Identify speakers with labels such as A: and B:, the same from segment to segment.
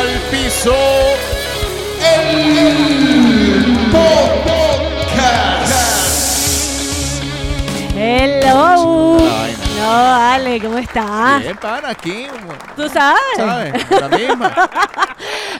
A: comenzó el podcast.
B: Hello.
A: Ay,
B: No, Ale, ¿cómo estás?
A: Bien, pana, aquí.
B: ¿Tú sabes?
A: ¿Sabes? La misma.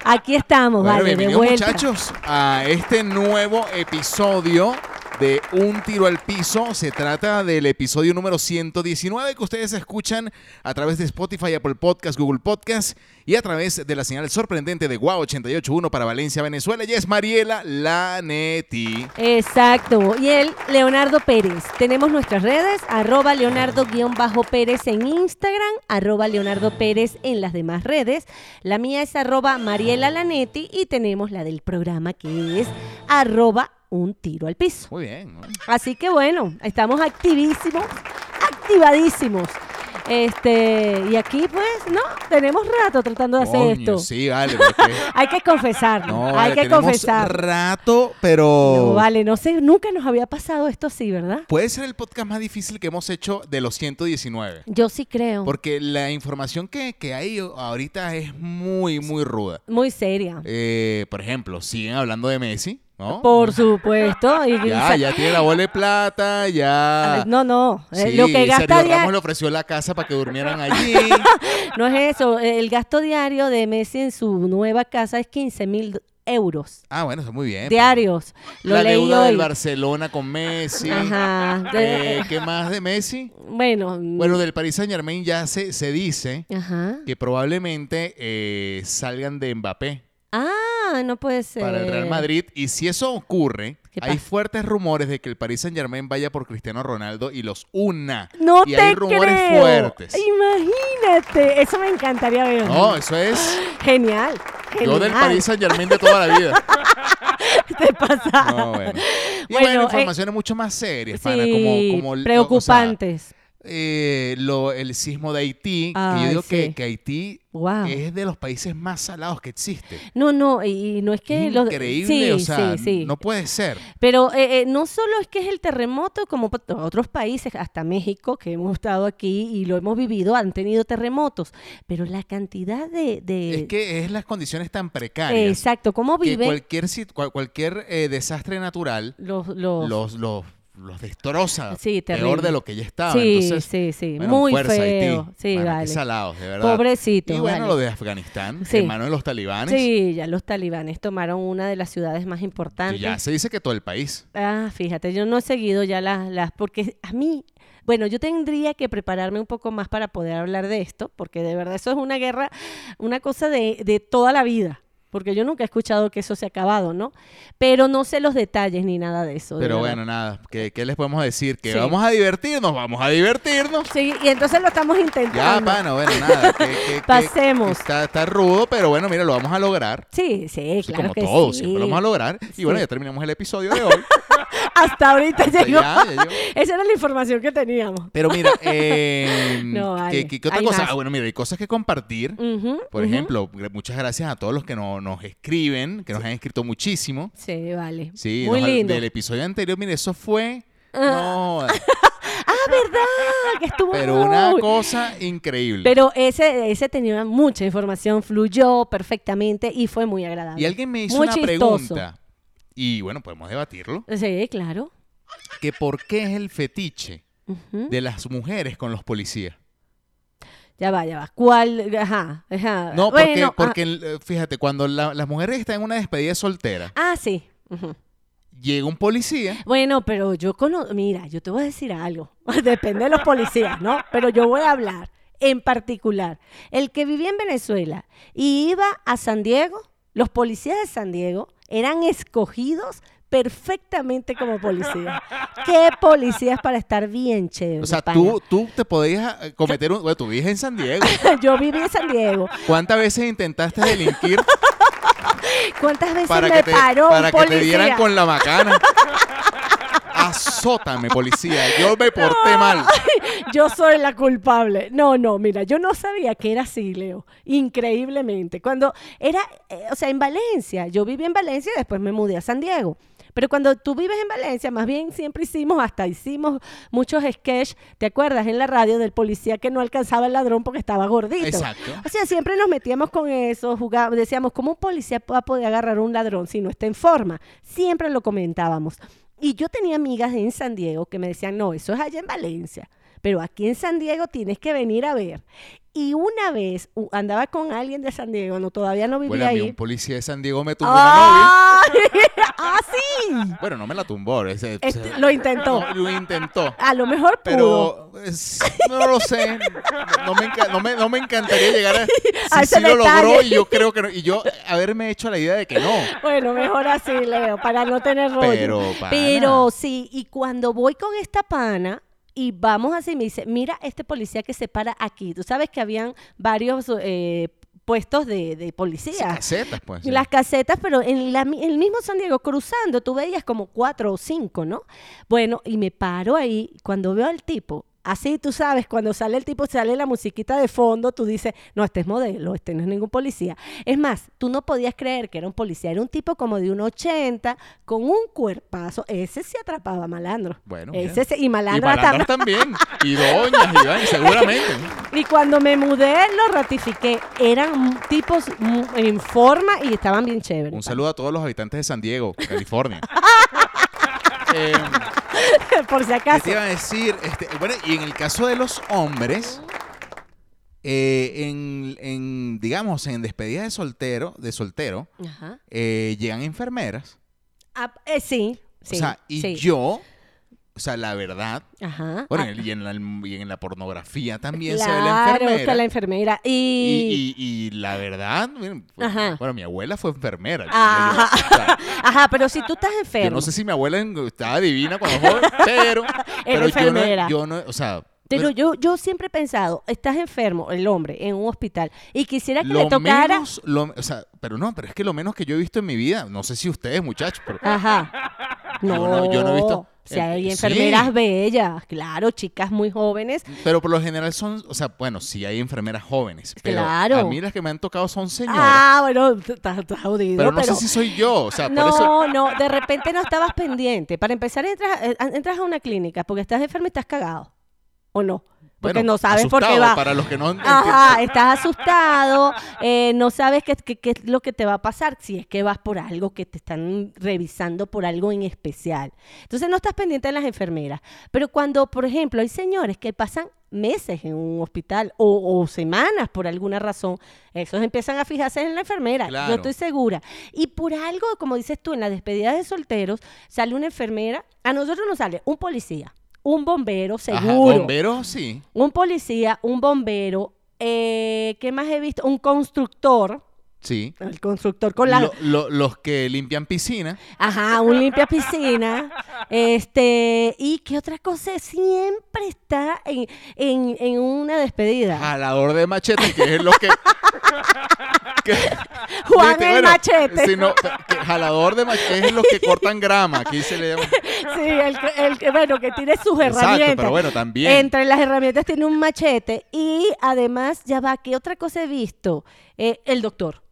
B: Aquí estamos,
A: Bueno,
B: vale, de
A: bienvenidos,
B: vuelta.
A: muchachos, a este nuevo episodio de Un Tiro al Piso. Se trata del episodio número 119 que ustedes escuchan a través de Spotify, Apple Podcast, Google Podcast y a través de la señal sorprendente de Guau 881 para Valencia, Venezuela. Y es Mariela Lanetti.
B: Exacto. Y el Leonardo Pérez. Tenemos nuestras redes, arroba leonardo-pérez en Instagram, arroba leonardo pérez en las demás redes. La mía es arroba Mariela Lanetti y tenemos la del programa que es arroba un tiro al piso.
A: Muy bien. ¿no?
B: Así que bueno, estamos activísimos, activadísimos. Este, y aquí pues, no, tenemos rato tratando de hacer
A: Coño,
B: esto.
A: Sí, vale. porque-
B: Hay que confesar,
A: No,
B: hay
A: vale,
B: que
A: tenemos
B: confesar.
A: rato, pero...
B: No, vale, no sé, nunca nos había pasado esto así, ¿verdad?
A: Puede ser el podcast más difícil que hemos hecho de los 119.
B: Yo sí creo.
A: Porque la información que, que hay ahorita es muy, muy ruda.
B: Muy seria.
A: Eh, por ejemplo, siguen hablando de Messi, ¿no?
B: Por supuesto. y-
A: Ya, ya tiene la bola de plata, ya...
B: No, no. eh,
A: Sí,
B: lo que gasta
A: Sergio
B: diario
A: Ramos le ofreció la casa para que durmieran allí.
B: no es eso. El gasto diario de Messi en su nueva casa es 15 mil euros
A: Ah, bueno, está muy bien.
B: diarios. Lo
A: la
B: leí
A: deuda del
B: hoy.
A: Barcelona con Messi.
B: Ajá. de-
A: Eh, ¿Qué más de Messi?
B: Bueno, mm,
A: Bueno, del Paris Saint Germain ya se, se dice
B: ajá.
A: que probablemente eh, salgan de Mbappé.
B: Ah, no puede ser.
A: para el Real Madrid. Y si eso ocurre,
B: ¿Qué
A: hay
B: pasa?
A: fuertes rumores de que el Paris Saint Germain vaya por Cristiano Ronaldo y los una.
B: No
A: y
B: te
A: hay rumores
B: creo.
A: fuertes.
B: Imagínate, eso me encantaría ver.
A: No, eso es
B: Genial.
A: yo
B: genial.
A: del Paris Saint Germain de toda la vida.
B: Te pasa.
A: No, bueno. Y
B: Bueno,
A: bueno,
B: eh,
A: informaciones mucho más serias, pana,
B: sí,
A: como, como el-
B: preocupantes.
A: o sea, eh, lo- el sismo de Haití, que
B: Ay,
A: yo digo
B: sí.
A: que, que Haití
B: wow.
A: es de los países más salados que existe.
B: No, no, y, y no es que
A: Es
B: los-
A: increíble,
B: sí,
A: o sea,
B: sí, sí.
A: no puede ser.
B: Pero eh, eh, no solo es que es el terremoto, como pa- otros países, hasta México, que hemos estado aquí y lo hemos vivido, han tenido terremotos. Pero la cantidad de. de-
A: Es que es las condiciones tan precarias
B: exacto, ¿cómo
A: que
B: viven
A: cualquier, sit- cual- cualquier eh, desastre natural
B: los, los,
A: los, los, los destroza.
B: Sí,
A: peor
B: terrible.
A: de lo que ya estaba.
B: Sí,
A: Entonces,
B: sí, sí.
A: bueno,
B: Muy
A: fuerza,
B: feo.
A: Haití.
B: Sí,
A: Mano, qué
B: vale.
A: salados, de verdad.
B: Pobrecito.
A: Y bueno,
B: vale.
A: lo de Afganistán,
B: Sí.
A: en manos de los talibanes.
B: Sí, ya los talibanes tomaron una de las ciudades más
A: que
B: importantes.
A: ya se dice que todo el país.
B: Ah, fíjate, yo no he seguido ya las, las, porque a mí, bueno, yo tendría que prepararme un poco más para poder hablar de esto, porque de verdad eso es una guerra, una cosa de, de toda la vida, porque yo nunca he escuchado que eso se ha acabado, ¿no? Pero no sé los detalles ni nada de eso. de
A: Pero
B: verdad.
A: bueno, nada, ¿qué, qué les podemos decir? Que
B: Sí.
A: vamos a divertirnos, vamos a divertirnos.
B: Sí, y entonces lo estamos
A: Ya,
B: intentando.
A: pana, bueno, nada. que- que- que-
B: Pasemos.
A: está, está rudo, pero bueno, mira, lo vamos a lograr.
B: Sí, sí,
A: Pues Sí,
B: claro
A: como
B: que
A: todos,
B: sí.
A: siempre lo vamos a lograr.
B: Sí.
A: Y bueno, ya terminamos el episodio de hoy.
B: Hasta ahorita
A: Ya,
B: llegó.
A: ya llegó.
B: Esa era la información que teníamos.
A: Pero mira, eh,
B: No,
A: ¿qué-
B: vale.
A: qué, qué otra
B: Hay
A: cosa?
B: más.
A: Ah, bueno, mira, hay cosas que compartir.
B: Ujú,
A: Por
B: ujú.
A: ejemplo, gra- muchas gracias a todos los que no- nos escriben, que nos han escrito muchísimo.
B: Sí, vale.
A: Sí,
B: Muy
A: nos- al-
B: lindo.
A: del episodio anterior, mire, eso fue. No,
B: Ah, que estuvo
A: pero una
B: muy-
A: cosa increíble.
B: Pero ese, ese tenía mucha información, fluyó perfectamente y fue muy agradable.
A: y alguien me hizo
B: muy
A: una
B: chistoso.
A: pregunta. Y bueno, podemos debatirlo.
B: Sí, claro.
A: Que por qué es el fetiche
B: Ujú.
A: de las mujeres con los policías.
B: Ya va, ya va. ¿Cuál? Ajá, ajá.
A: No, porque,
B: Bueno, ah,
A: porque eh, fíjate, cuando la- las mujeres están en una despedida soltera,
B: Ah, sí. Ujú.
A: llega un policía.
B: Bueno, pero yo conozco, mira, yo te voy a decir algo. Depende de los policías, ¿no? Pero yo voy a hablar en particular. El que vivía en Venezuela y iba a San Diego, los policías de San Diego eran escogidos perfectamente como policías. ¿Qué policías para estar bien chévere?
A: O sea,
B: pana?
A: tú, tú te podías eh, cometer un... Bueno, tú vives en San Diego.
B: Yo viví en San Diego.
A: ¿Cuántas veces intentaste delinquir
B: ¿Cuántas veces
A: para,
B: me
A: que te,
B: paró un
A: para que te
B: policía?
A: dieran con la macana? Azótame, policía. Yo me porté mal.
B: Yo soy la culpable. No, no, mira, yo no sabía que era así, Leo. Increíblemente. Cuando era, eh, o sea, en Valencia, yo viví en Valencia y después me mudé a San Diego. Pero cuando tú vives en Valencia, más bien siempre hicimos, hasta hicimos muchos sketches, ¿te acuerdas? En la radio del policía que no alcanzaba el ladrón porque estaba gordito.
A: Exacto.
B: O sea, siempre nos metíamos con eso, jugábamos, decíamos, ¿cómo un policía va a poder agarrar a un ladrón si no está en forma? Siempre lo comentábamos. Y yo tenía amigas en San Diego que me decían, no, eso es allá en Valencia, pero aquí en San Diego tienes que venir a ver. Y una vez u- andaba con alguien de San Diego, no, todavía no vivía
A: Bueno, a mí
B: ahí.
A: un policía de San Diego me tumbó una
B: ¡Ah! ¡Ah, sí!
A: novia. Bueno, no me la tumbó. ese-
B: Este, lo intentó.
A: No, lo intentó.
B: A lo mejor pudo.
A: Pero es- no lo sé. No me, enca- no me- no me encantaría llegar a,
B: A
A: si
B: ese
A: sí lo
B: detalle.
A: logró y yo creo que no. Y yo haberme hecho la idea de que no.
B: Bueno, mejor así, Leo, para no tener rollo.
A: Pero, pana.
B: Pero sí, y cuando voy con esta pana y vamos así, me dice, mira este policía que se para aquí. Tú sabes que habían varios eh, puestos de, de
A: Sí,
B: policía.
A: casetas, pues. sí.
B: Las casetas, pero en la mi- el mismo San Diego, cruzando, tú veías como cuatro o cinco, ¿no? Bueno, y me paro ahí, cuando veo al tipo, así tú sabes, cuando sale el tipo, sale la musiquita de fondo, tú dices, no, este es modelo, este no es ningún policía. Es más, tú no podías creer que era un policía, era un tipo como de un 80, con un cuerpazo, ese se atrapaba malandro.
A: Bueno,
B: ese
A: mira.
B: se- y
A: Y
B: malandro
A: malandros también. Y doñas, Iván, seguramente.
B: y cuando me mudé, lo ratifiqué. Eran tipos mm, en forma y estaban bien chéveres.
A: Un saludo a todos los habitantes de San Diego, California. Eh,
B: Por si
A: ¿Qué
B: acaso.
A: te iba a decir? Este, bueno, y en el caso de los hombres, eh, en, en, digamos, en despedida de soltero, de soltero,
B: Ajá.
A: eh, llegan enfermeras.
B: Ah, eh, sí, sí.
A: o sea, y
B: sí.
A: yo, o sea, la verdad,
B: Ajá.
A: bueno,
B: Ah,
A: y, en la, y en la pornografía también se ve la
B: claro,
A: enfermera.
B: está la enfermera. Y.
A: Y, y- y la verdad, miren, pues,
B: Ajá.
A: bueno, mi abuela fue enfermera.
B: Ajá.
A: O sea,
B: ah, Ajá, pero si tú estás
A: yo
B: enfermo.
A: no sé si mi abuela en- estaba divina cuando joven, pero, pero yo,
B: enfermera.
A: no, yo no, o sea,
B: Pero yo, yo siempre he pensado, estás enfermo, el hombre, en un hospital, y quisiera que
A: lo
B: le tocara.
A: menos, lo- o sea, pero no, pero es que lo menos que yo he visto en mi vida, no sé si ustedes, muchachos, pero
B: Ah. Ajá. No,
A: Yo no- yo no he visto-
B: Si hay
A: Eh, sí.
B: enfermeras bellas, claro, chicas muy jóvenes.
A: Pero por lo general son, o sea, bueno, sí hay enfermeras jóvenes, pero
B: Claro.
A: a mí las que me han tocado son señoras.
B: Ah, bueno, t- estás estás jodido,
A: pero
B: pero.
A: no sé si soy yo, o sea, por
B: no,
A: eso
B: no, de repente no estabas pendiente. Para empezar, entras, eh, entras a una clínica porque estás enfermo y estás cagado. ¿O no? Porque
A: bueno,
B: no sabes por qué
A: asustado,
B: va.
A: Para los que no
B: Ajá, estás asustado, eh, no sabes qué, qué- qué es lo que te va a pasar si es que vas por algo que te están revisando por algo en especial. Entonces no estás pendiente de las enfermeras. Pero cuando, por ejemplo, hay señores que pasan meses en un hospital o, o semanas por alguna razón, esos empiezan a fijarse en la enfermera,
A: Claro.
B: yo estoy segura. Y por algo, como dices tú, en las despedidas de solteros sale una enfermera, a nosotros nos sale un policía, un bombero,
A: Ajá,
B: seguro
A: bomberos, sí.
B: un policía, un bombero, eh, ¿qué más he visto? Un constructor,
A: Sí.
B: el constructor con la...
A: Lo- lo- los que limpian piscina.
B: Ajá, un limpia piscina, este, y qué otra cosa siempre está en, en- en una despedida.
A: jalador de machete, que es lo que. que-
B: Juan
A: Viste,
B: el
A: bueno,
B: machete.
A: sí, no, que jalador de machete es los que cortan grama. Aquí se le llama.
B: Sí, el, que- el que, bueno, que tiene sus
A: Exacto,
B: herramientas.
A: pero bueno, también.
B: Entre las herramientas tiene un machete y además, ya va, ¿qué otra cosa he visto? Eh, el doctor.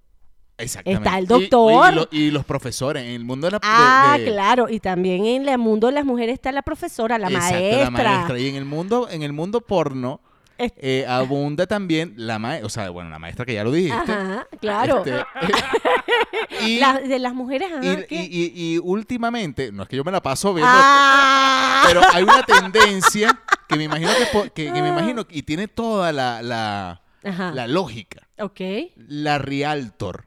A: Exactamente.
B: está el
A: Y-
B: doctor.
A: Y, lo- y los profesores en el mundo de la. de-
B: Ah,
A: de-
B: claro, y también en el mundo de las mujeres está la profesora, la
A: Exacto,
B: maestra.
A: la maestra. Y en el mundo, en el mundo porno.
B: Es-
A: eh, abunda también la maestra, o sea, bueno, la maestra que ya lo dijiste.
B: Ajá, claro.
A: Este, y,
B: Las- de las mujeres, ajá,
A: y-
B: ¿qué?
A: y- pues, y- y últimamente, no es que yo me la paso viendo
B: Ah,
A: pero hay una tendencia que me imagino que, po- que-
B: Ah.
A: que me imagino y tiene toda la, la,
B: Ajá.
A: la lógica.
B: ok.
A: La realtor.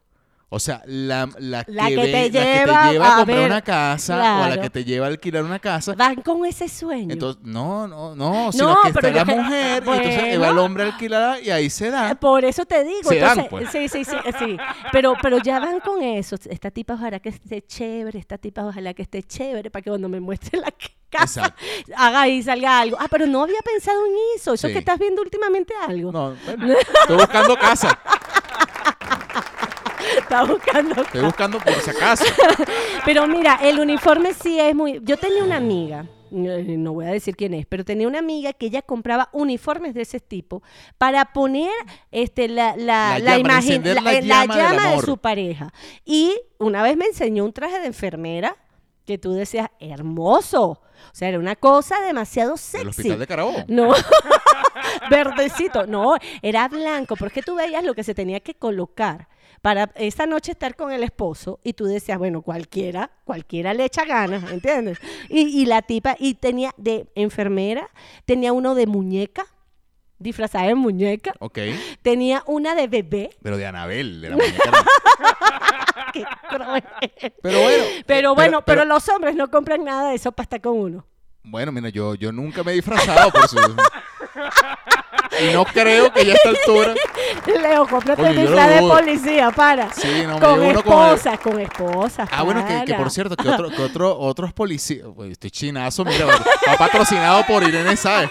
A: O sea, la, la
B: La
A: que,
B: que
A: ve-
B: te
A: la que
B: lleva
A: te lleva
B: a
A: a comprar
B: ver,
A: una casa o a la
B: claro.
A: que te lleva a alquilar una casa.
B: Van con ese sueño.
A: Entonces, no, no, no,
B: No,
A: sino que está
B: pero
A: la
B: yo que-
A: mujer y entonces
B: Bueno.
A: va el hombre a alquilar y ahí se
B: Eh,
A: da.
B: Por eso te digo.
A: ah, Se dan,
B: entonces,
A: pues.
B: Sí, sí, sí, eh, sí. Pero, pero ya van con eso. Esta tipa ojalá que esté chévere, esta tipa ojalá que esté chévere para que cuando me muestre la c- casa
A: Exacto.
B: haga y salga algo. Ah, pero no había pensado en eso. Eso
A: Sí.
B: que estás viendo últimamente algo.
A: No, bueno, estoy buscando casa,
B: Está buscando
A: estoy buscando por si acaso.
B: Pero mira, el uniforme sí es muy... Yo tenía una amiga, eh, no voy a decir quién es, pero tenía una amiga que ella compraba uniformes de ese tipo para poner este, la, la,
A: La
B: la
A: llama,
B: imagen,
A: encender
B: la,
A: la
B: eh, la
A: llama del
B: llama de
A: amor.
B: su pareja. Y una vez me enseñó un traje de enfermera. que que tú decías, hermoso. O sea, era una cosa demasiado sexy.
A: El hospital de Carabobo.
B: No, verdecito, no, era blanco, porque tú veías lo que se tenía que colocar para esa noche estar con el esposo y tú decías, bueno, cualquiera, cualquiera le echa ganas, ¿entiendes? Y, y la tipa, y tenía de enfermera, tenía uno de muñeca, disfrazada de muñeca,
A: Ok.
B: tenía una de bebé,
A: Pero de Anabel, de la muñeca. no.
B: qué cruel.
A: Pero bueno.
B: Pero
A: eh,
B: bueno, pero, los hombres no compran nada de eso para estar con uno.
A: Bueno, mira, yo, yo nunca me he disfrazado por su. y no creo que ya a esta altura.
B: Leo, cómprate
A: Oye,
B: el
A: yo lo
B: disfraz de
A: dudo.
B: policía, para.
A: Sí, no, me
B: con,
A: llevo uno con el-
B: esposas, con esposas,
A: Ah, bueno, que, que
B: para.
A: por cierto, que, otro, que otro, otros policías. Estoy chinazo, mira, va patrocinado por Irene Sáez.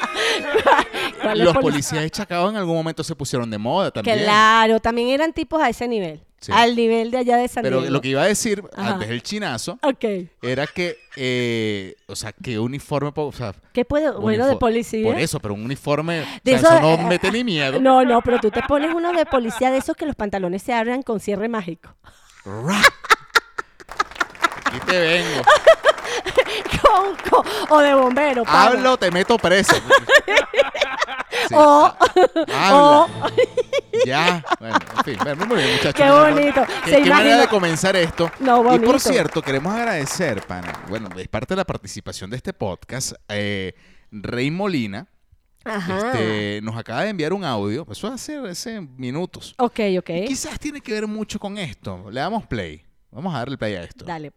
B: ¿Cuál es
A: Los
B: polic-
A: policías de Chacao en algún momento se pusieron de moda también.
B: Claro, también eran tipos a ese nivel.
A: Sí.
B: Al nivel de allá de San
A: Pero
B: Diego.
A: lo que iba a decir
B: Ajá.
A: antes del chinazo
B: Ok.
A: era que, eh, o sea, que uniforme, po- o sea,
B: ¿Qué puedo? Bueno, de
A: unifo-
B: policía.
A: Por eso, pero un uniforme, o
B: De
A: sea, eso,
B: esos-
A: no me tenía miedo.
B: No, no, pero tú te pones uno de policía de esos que los pantalones se abran con cierre mágico.
A: Ra. Aquí te vengo.
B: Con- con- o de bombero. pana.
A: Hablo, te meto preso. Sí.
B: O-
A: Habla. Ya. Bueno, en fin. Bueno, muy bien, muchachos.
B: Qué bonito.
A: Qué,
B: Se
A: qué manera de
B: imagina-
A: comenzar esto.
B: No,
A: Y por
B: bonito.
A: cierto, queremos agradecer, pana. Bueno, es parte de la participación de este podcast. eh, Rey Molina
B: Ajá.
A: este, nos acaba de enviar un audio. Eso hace, hace minutos.
B: Ok, ok.
A: Y quizás tiene que ver mucho con esto. Le damos play. Vamos a darle play a esto.
B: Dale.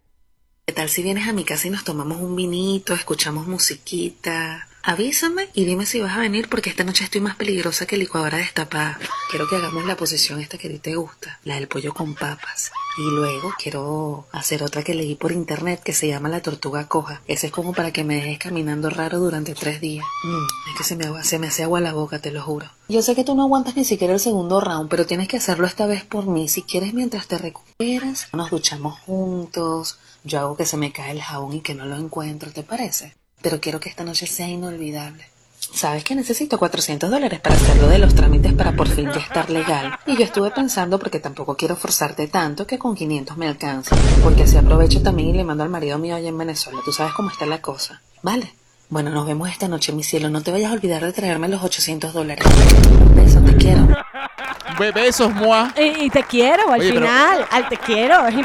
C: ¿Qué tal si vienes a mi casa y nos tomamos un vinito, escuchamos musiquita? Avísame y dime si vas a venir porque esta noche estoy más peligrosa que licuadora destapada. Quiero que hagamos la posición esta que a ti te gusta, la del pollo con papas. Y luego quiero hacer otra que leí por internet que se llama la tortuga coja. Esa es como para que me dejes caminando raro durante tres días. Mm, es que se me, agua- se me hace agua la boca, te lo juro. Yo sé que tú no aguantas ni siquiera el segundo round, pero tienes que hacerlo esta vez por mí. Si quieres, mientras te recuperas, nos duchamos juntos. Yo hago que se me cae el jabón y que no lo encuentro, ¿te parece? Pero quiero que esta noche sea inolvidable. Sabes que necesito 400 dólares para hacerlo de los trámites para por fin ya estar legal. Y yo estuve pensando, porque tampoco quiero forzarte tanto, que con 500 me alcanza. Porque así aprovecho también y le mando al marido mío allá en Venezuela. Tú sabes cómo está la cosa. Vale. Bueno, nos vemos esta noche, mi cielo. No te vayas a olvidar de traerme los 800 dólares. Un beso, te quiero.
A: Be- Besos, Moa.
B: Y, y te quiero al
A: Oye, pero-
B: final. Al te quiero, es
A: Claro,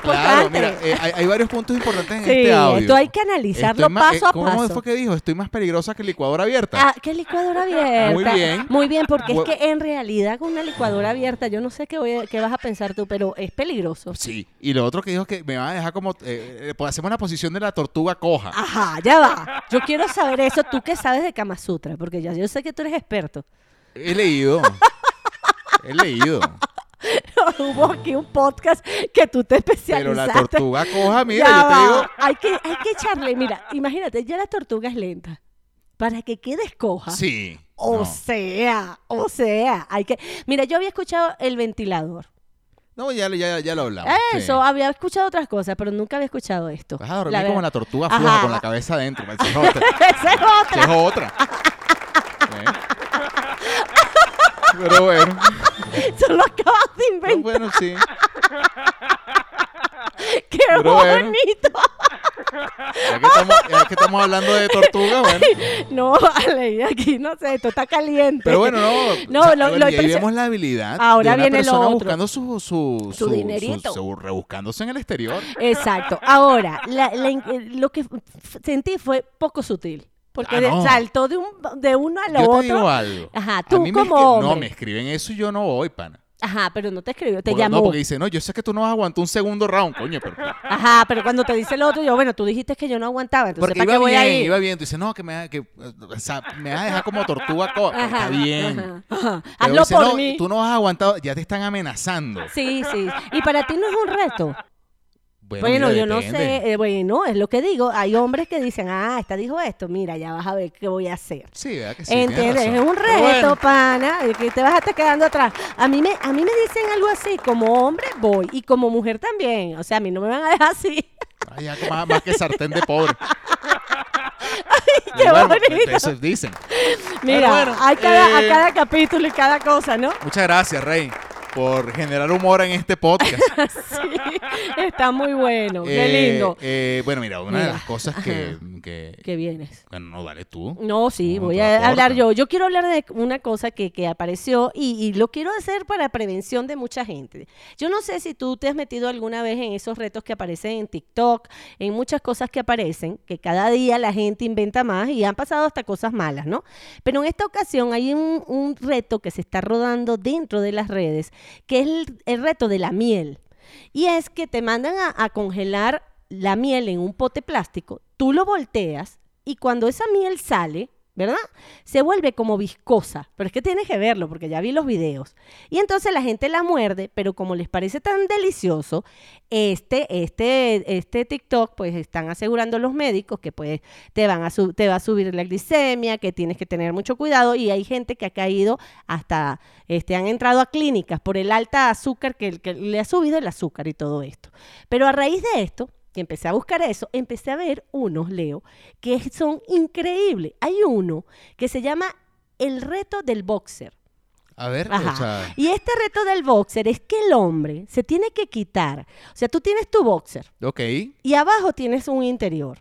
B: importante.
A: mira, eh, hay, hay varios puntos importantes en
B: Sí,
A: este audio.
B: esto hay que analizarlo
A: Estoy ma- eh,
B: paso a
A: ¿Cómo
B: paso.
A: fue que dijo? Estoy más peligrosa que licuadora abierta.
B: Ah, qué licuadora abierta.
A: Muy bien.
B: Muy bien, porque
A: Bu-
B: es que en realidad con una licuadora abierta, yo no sé qué, voy a- qué vas a pensar tú, pero es peligroso.
A: Sí. Y lo otro que dijo es que me van a dejar como... eh, eh, pues hacemos la posición de la tortuga coja.
B: Ajá, ya va. Yo quiero saber eso, tú que sabes de Kama Sutra, porque ya yo sé que tú eres experto.
A: He leído. He leído.
B: Hubo aquí un podcast que tú te
A: Pero
B: especializaste.
A: la tortuga coja, mira,
B: Ya
A: yo te
B: va.
A: digo...
B: Hay que, hay que echarle, mira, imagínate, ya la tortuga es lenta. Para que quedes coja.
A: Sí.
B: O
A: no.
B: sea, o sea, hay que. Mira, yo había escuchado el ventilador.
A: No, ya, ya, ya lo hablamos. sí.
B: Eso, había escuchado otras cosas, pero nunca había escuchado esto.
A: Vas a dormir
B: La
A: como
B: verdad.
A: la tortuga floja
B: Ajá.
A: con la cabeza adentro. Esa es otra.
B: Esa es
A: Esa es
B: otra.
A: otra. ¿Eh? Pero bueno.
B: Eso lo acabas de
A: No,
B: inventar.
A: bueno, sí.
B: ¡Qué
A: pero bueno.
B: bonito!
A: Ya que, estamos, ya que estamos hablando de tortuga, bueno.
B: No, Ale, aquí no sé, esto está caliente.
A: Pero bueno, no.
B: No,
A: o sea,
B: lo- lo
A: bueno, y ahí
B: impresio-
A: vemos la habilidad
B: Ahora
A: de una
B: viene lo
A: persona
B: otro.
A: buscando su, su,
B: Su dinerito.
A: su- rebuscándose en el exterior.
B: Exacto. Ahora, la- la in- eh, lo que f- sentí fue poco sutil. Porque
A: Ah,
B: de-
A: no.
B: saltó de, un, de uno a lo
A: yo
B: otro.
A: te digo algo.
B: Ajá,
A: a
B: tú
A: mí me
B: como
A: escri- No,
B: hombre.
A: me escriben eso y yo no voy, pana.
B: Ajá, pero no te escribió, te
A: Porque-
B: llamó.
A: No, porque dicen, no, yo sé que tú no vas a aguantar un segundo round, coño, pero...
B: Ajá, pero cuando te dice el otro, yo, bueno, tú dijiste que yo no aguantaba, entonces
A: Porque
B: ¿para
A: iba
B: qué voy
A: bien,
B: a ir?
A: iba bien. Tú dices, no, que me, va- que, o sea, me vas a dejar como tortuga. co- Está bien.
B: ajá, ajá.
A: Pero
B: Hazlo
A: dice,
B: por
A: no,
B: mí.
A: Tú no vas a aguantar, ya te están amenazando.
B: Sí, sí. Y para ti no es un reto.
A: Bueno,
B: Bueno,
A: mira,
B: yo no
A: depende.
B: sé. eh, bueno, es lo que digo. Hay hombres que dicen, ah, esta dijo esto, mira, ya vas a ver qué voy a hacer.
A: Sí, ¿verdad que sí? Tienes
B: ¿Entiendes?
A: razón.
B: Es un
A: Pero
B: reto,
A: bueno,
B: pana, y que te vas a estar quedando atrás. A mí, me, a mí me dicen algo así, como hombre voy y como mujer también. O sea, a mí no me van a dejar así.
A: Ay, ya, más, más que sartén de pobre.
B: ¡Qué
A: Y Ah, bueno,
B: bonito!
A: Eso dicen.
B: Mira,
A: bueno,
B: hay cada,
A: eh,
B: a cada capítulo y cada cosa, ¿no?
A: Muchas gracias, Rey. por generar humor en este podcast.
B: Sí, está muy bueno. Qué
A: Eh,
B: lindo.
A: eh, bueno, mira, una de
B: Mira,
A: las cosas que, que-
B: que vienes.
A: Bueno, no, dale tú.
B: No, sí,
A: No,
B: voy
A: tú
B: a
A: aporta.
B: hablar yo. Yo quiero hablar de una cosa que, que apareció y, y lo quiero hacer para prevención de mucha gente. Yo no sé si tú te has metido alguna vez en esos retos que aparecen en TikTok, en muchas cosas que aparecen, que cada día la gente inventa más y han pasado hasta cosas malas, ¿no? Pero en esta ocasión hay un, un reto que se está rodando dentro de las redes, que es el, el reto de la miel. Y es que te mandan a, a congelar la miel en un pote plástico, tú lo volteas y cuando esa miel sale, ¿verdad? Se vuelve como viscosa, pero es que tienes que verlo porque ya vi los videos. Y entonces la gente la muerde, pero como les parece tan delicioso, este, este, este TikTok, pues están asegurando los médicos que pues te, van a su- te va a subir la glicemia, que tienes que tener mucho cuidado y hay gente que ha caído hasta, este, han entrado a clínicas por el alta azúcar que, que le ha subido el azúcar y todo esto. Pero a raíz de esto, que empecé a buscar eso, empecé a ver unos, Leo, que son increíbles. Hay uno que se llama El reto del boxer.
A: A ver,
B: Ajá.
A: o sea,
B: Y este reto del boxer es que el hombre se tiene que quitar. O sea, tú tienes tu boxer
A: ok.
B: y abajo tienes un interior.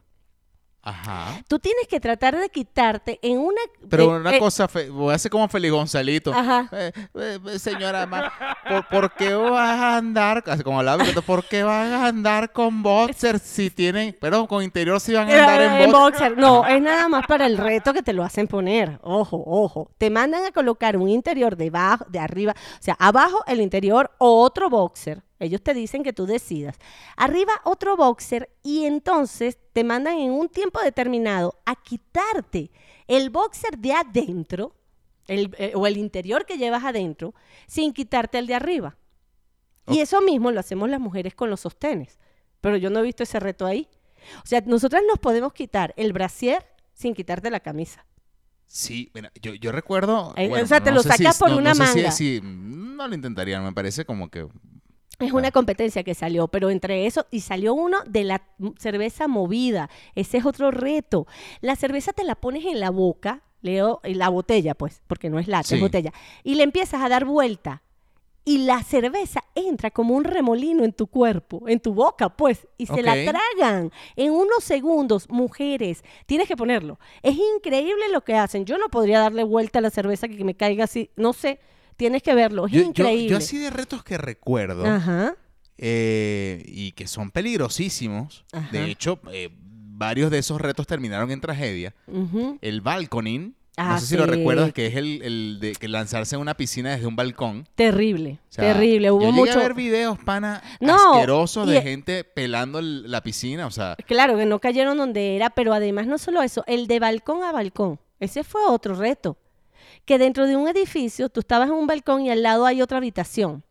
A: Ajá.
B: Tú tienes que tratar de quitarte en una...
A: Pero
B: eh,
A: una
B: eh,
A: cosa, fe- voy a hacer como Feliz Gonzalito.
B: Ajá.
A: Eh, eh, eh, señora, ma- ¿por, por qué vas a andar? así Como hablaba, Beto, ¿por qué vas a andar con boxers si tienen, pero con interior si van a andar
B: Eh,
A: en
B: en
A: boxers?
B: boxer. No, es nada más para el reto que te lo hacen poner. Ojo, ojo. Te mandan a colocar un interior debajo, de arriba, o sea, abajo el interior o otro boxer. Ellos te dicen que tú decidas. Arriba otro boxer y entonces te mandan en un tiempo determinado a quitarte el boxer de adentro el- eh, o el interior que llevas adentro sin quitarte el de arriba. Y eso mismo lo hacemos las mujeres con los sostenes. Pero yo no he visto ese reto ahí. O sea, nosotras nos podemos quitar el brasier sin quitarte la camisa.
A: Sí, mira, yo, yo recuerdo.
B: Eh, o
A: bueno,
B: sea, te lo
A: sé si-
B: sacas por
A: no-
B: una
A: no sé si-
B: manga.
A: si- no lo intentaría, me parece como que.
B: Es
A: Ah.
B: una competencia que salió, pero entre eso y salió uno de la m- cerveza movida. Ese es otro reto. La cerveza te la pones en la boca, Leo, en la botella, pues, porque no es lata,
A: Sí.
B: es botella, y le empiezas a dar vuelta. Y la cerveza entra como un remolino en tu cuerpo, en tu boca, pues, y se la
A: Ok.
B: tragan en unos segundos, mujeres. Tienes que ponerlo. Es increíble lo que hacen. Yo no podría darle vuelta a la cerveza que me caiga así, no sé. Tienes que verlo, es
A: Yo, yo-
B: increíble. Ah.
A: yo así de retos que recuerdo
B: Ajá.
A: eh, y que son peligrosísimos.
B: Ajá.
A: De hecho, eh, varios de esos retos terminaron en tragedia.
B: ujú.
A: El balconing, no
B: Ah,
A: sé si lo
B: sí.
A: recuerdas, que es el, el de que lanzarse a una piscina desde un balcón.
B: Terrible,
A: O sea,
B: terrible. Hubo
A: yo llegué
B: mucho.
A: a ver videos, pana,
B: No,
A: asquerosos
B: y-
A: de gente pelando el- la piscina, o sea...
B: Claro que no cayeron donde era, pero además no solo eso, el de balcón a balcón. Ese fue otro reto. Que dentro de un edificio, tú estabas en un balcón y al lado hay otra habitación.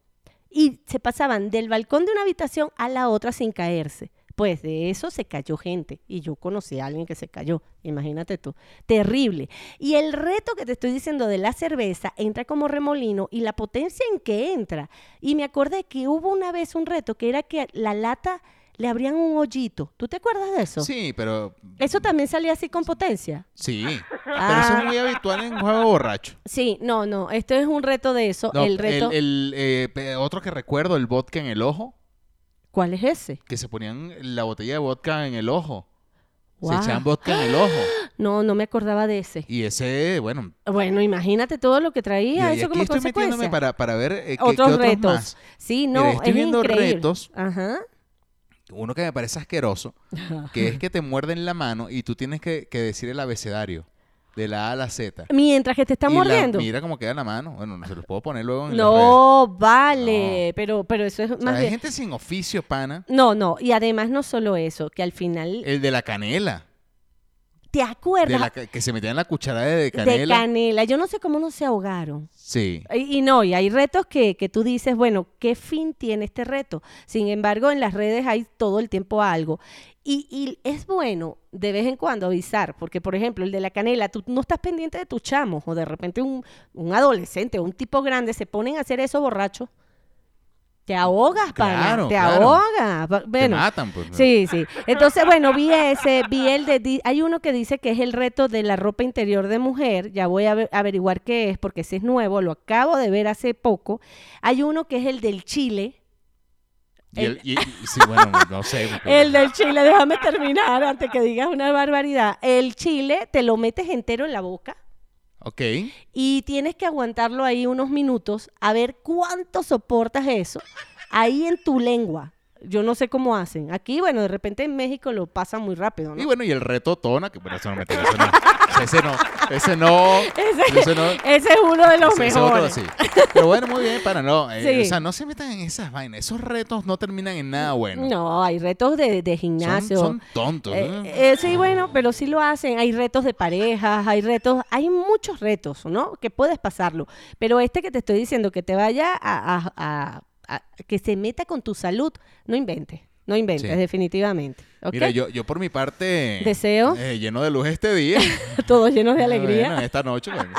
B: Y se pasaban del balcón de una habitación a la otra sin caerse. Pues de eso se cayó gente. Y yo conocí a alguien que se cayó. Imagínate tú. Terrible. Y el reto que te estoy diciendo de la cerveza entra como remolino y la potencia en que entra. Y me acordé que hubo una vez un reto que era que la lata le abrían un hoyito. ¿Tú te acuerdas de eso?
A: Sí, pero...
B: Eso también salía así con potencia.
A: Sí. Pero eso
B: Ah.
A: es muy habitual en juego borracho.
B: Sí, no, no. Esto es un reto de eso.
A: No,
B: el reto.
A: el- eh, pe- otro que recuerdo, el vodka en el ojo,
B: ¿Cuál es ese?
A: que se ponían la botella de vodka en el ojo.
B: Guau.
A: Se echaban vodka en el ojo.
B: No, no me acordaba de ese.
A: Y ese, bueno...
B: Bueno, imagínate todo lo que
A: Y,
B: traía
A: y
B: eso
A: aquí
B: como
A: estoy metiéndome
B: consecuencia.
A: para, para ver eh, qué- qué
B: otros
A: otros
B: retos.
A: más.
B: Sí, no,
A: Mira, estoy
B: es
A: viendo
B: increíble.
A: retos.
B: Ajá.
A: Uno que me parece asqueroso, que es que te muerden la mano y tú tienes que, que decir el abecedario, de la A a la Z.
B: Mientras que te está
A: Y la-
B: mordiendo.
A: mira cómo queda la mano. Bueno, no se los puedo poner luego en las redes.
B: No, vale, pero pero eso es
A: O sea,
B: más
A: hay
B: bien.
A: gente sin oficio, pana.
B: No, no, y además no solo eso, que al final
A: El de la canela.
B: te
A: Eh, De
B: acuerdas
A: la, ca- que se metían la cucharada de
B: de
A: canela.
B: canela. yo no sé cómo no se ahogaron.
A: sí.
B: Y, y no, y hay retos que, que tú dices, bueno, ¿qué fin tiene este reto? Sin embargo, en las redes hay todo el tiempo algo. Y, y es bueno de vez en cuando avisar, porque por ejemplo, el de la canela, tú no estás pendiente de tus chamos, o de repente un, un adolescente, un tipo grande, se ponen a hacer eso borracho. Te ahogas, pana.
A: Claro,
B: te
A: claro.
B: ahogas. Va- Bueno,
A: matan, pues.
B: Sí, sí. Entonces, bueno, vi ese, vi el de, di- hay uno que dice que es el reto de la ropa interior de mujer, ya voy a ave- averiguar qué es, porque ese es nuevo, lo acabo de ver hace poco. Hay uno que es el del Chile,
A: Y el- y- y- sí, bueno, no sé. pues,
B: el del Chile, déjame terminar antes que digas una barbaridad. El Chile te lo metes entero en la boca
A: Ok.
B: y tienes que aguantarlo ahí unos minutos a ver cuánto soportas eso ahí en tu lengua. Yo no sé cómo hacen. Aquí, bueno, de repente en México lo pasan muy rápido, ¿no?
A: Y bueno, y el reto Tona, que bueno, eso no me interesa. no. O sea, Ese no, ese no,
B: Ese-
A: ese no.
B: Ese es uno de los
A: Ese- ese otro
B: mejores.
A: sí. Pero bueno, muy bien, para no. eh,
B: Sí.
A: O sea, no se metan en esas vainas. Esos retos no terminan en nada bueno.
B: No, hay retos de, de
A: Son-
B: gimnasio.
A: Son, tontos.
B: Eh,
A: ¿no?
B: eh, sí, bueno, pero sí lo hacen. Hay retos de parejas, hay retos, hay muchos retos, ¿no? Que puedes pasarlo. Pero este que te estoy diciendo, que te vaya a, a- a- a- que se meta con tu salud, no inventes, no inventes,
A: Sí.
B: definitivamente. ¿ok?
A: Mira, yo, yo por mi parte.
B: Deseo.
A: eh, lleno de luz este día.
B: Todos llenos de
A: Ah,
B: alegría.
A: Bueno, esta noche, bueno.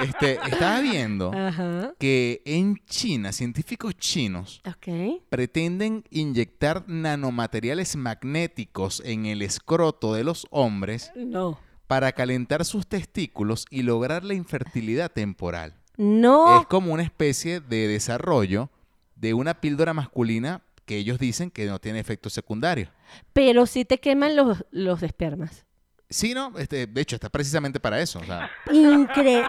A: Este, estaba viendo
B: Ajá.
A: que en China, científicos chinos
B: Ok.
A: pretenden inyectar nanomateriales magnéticos en el escroto de los hombres
B: No.
A: para calentar sus testículos y lograr la infertilidad temporal.
B: No.
A: Es como una especie de desarrollo de una píldora masculina que ellos dicen que no tiene efectos secundarios.
B: Pero sí te queman los, los espermas.
A: Sí, no, este, de hecho, está precisamente para eso. o sea,
B: Increíble,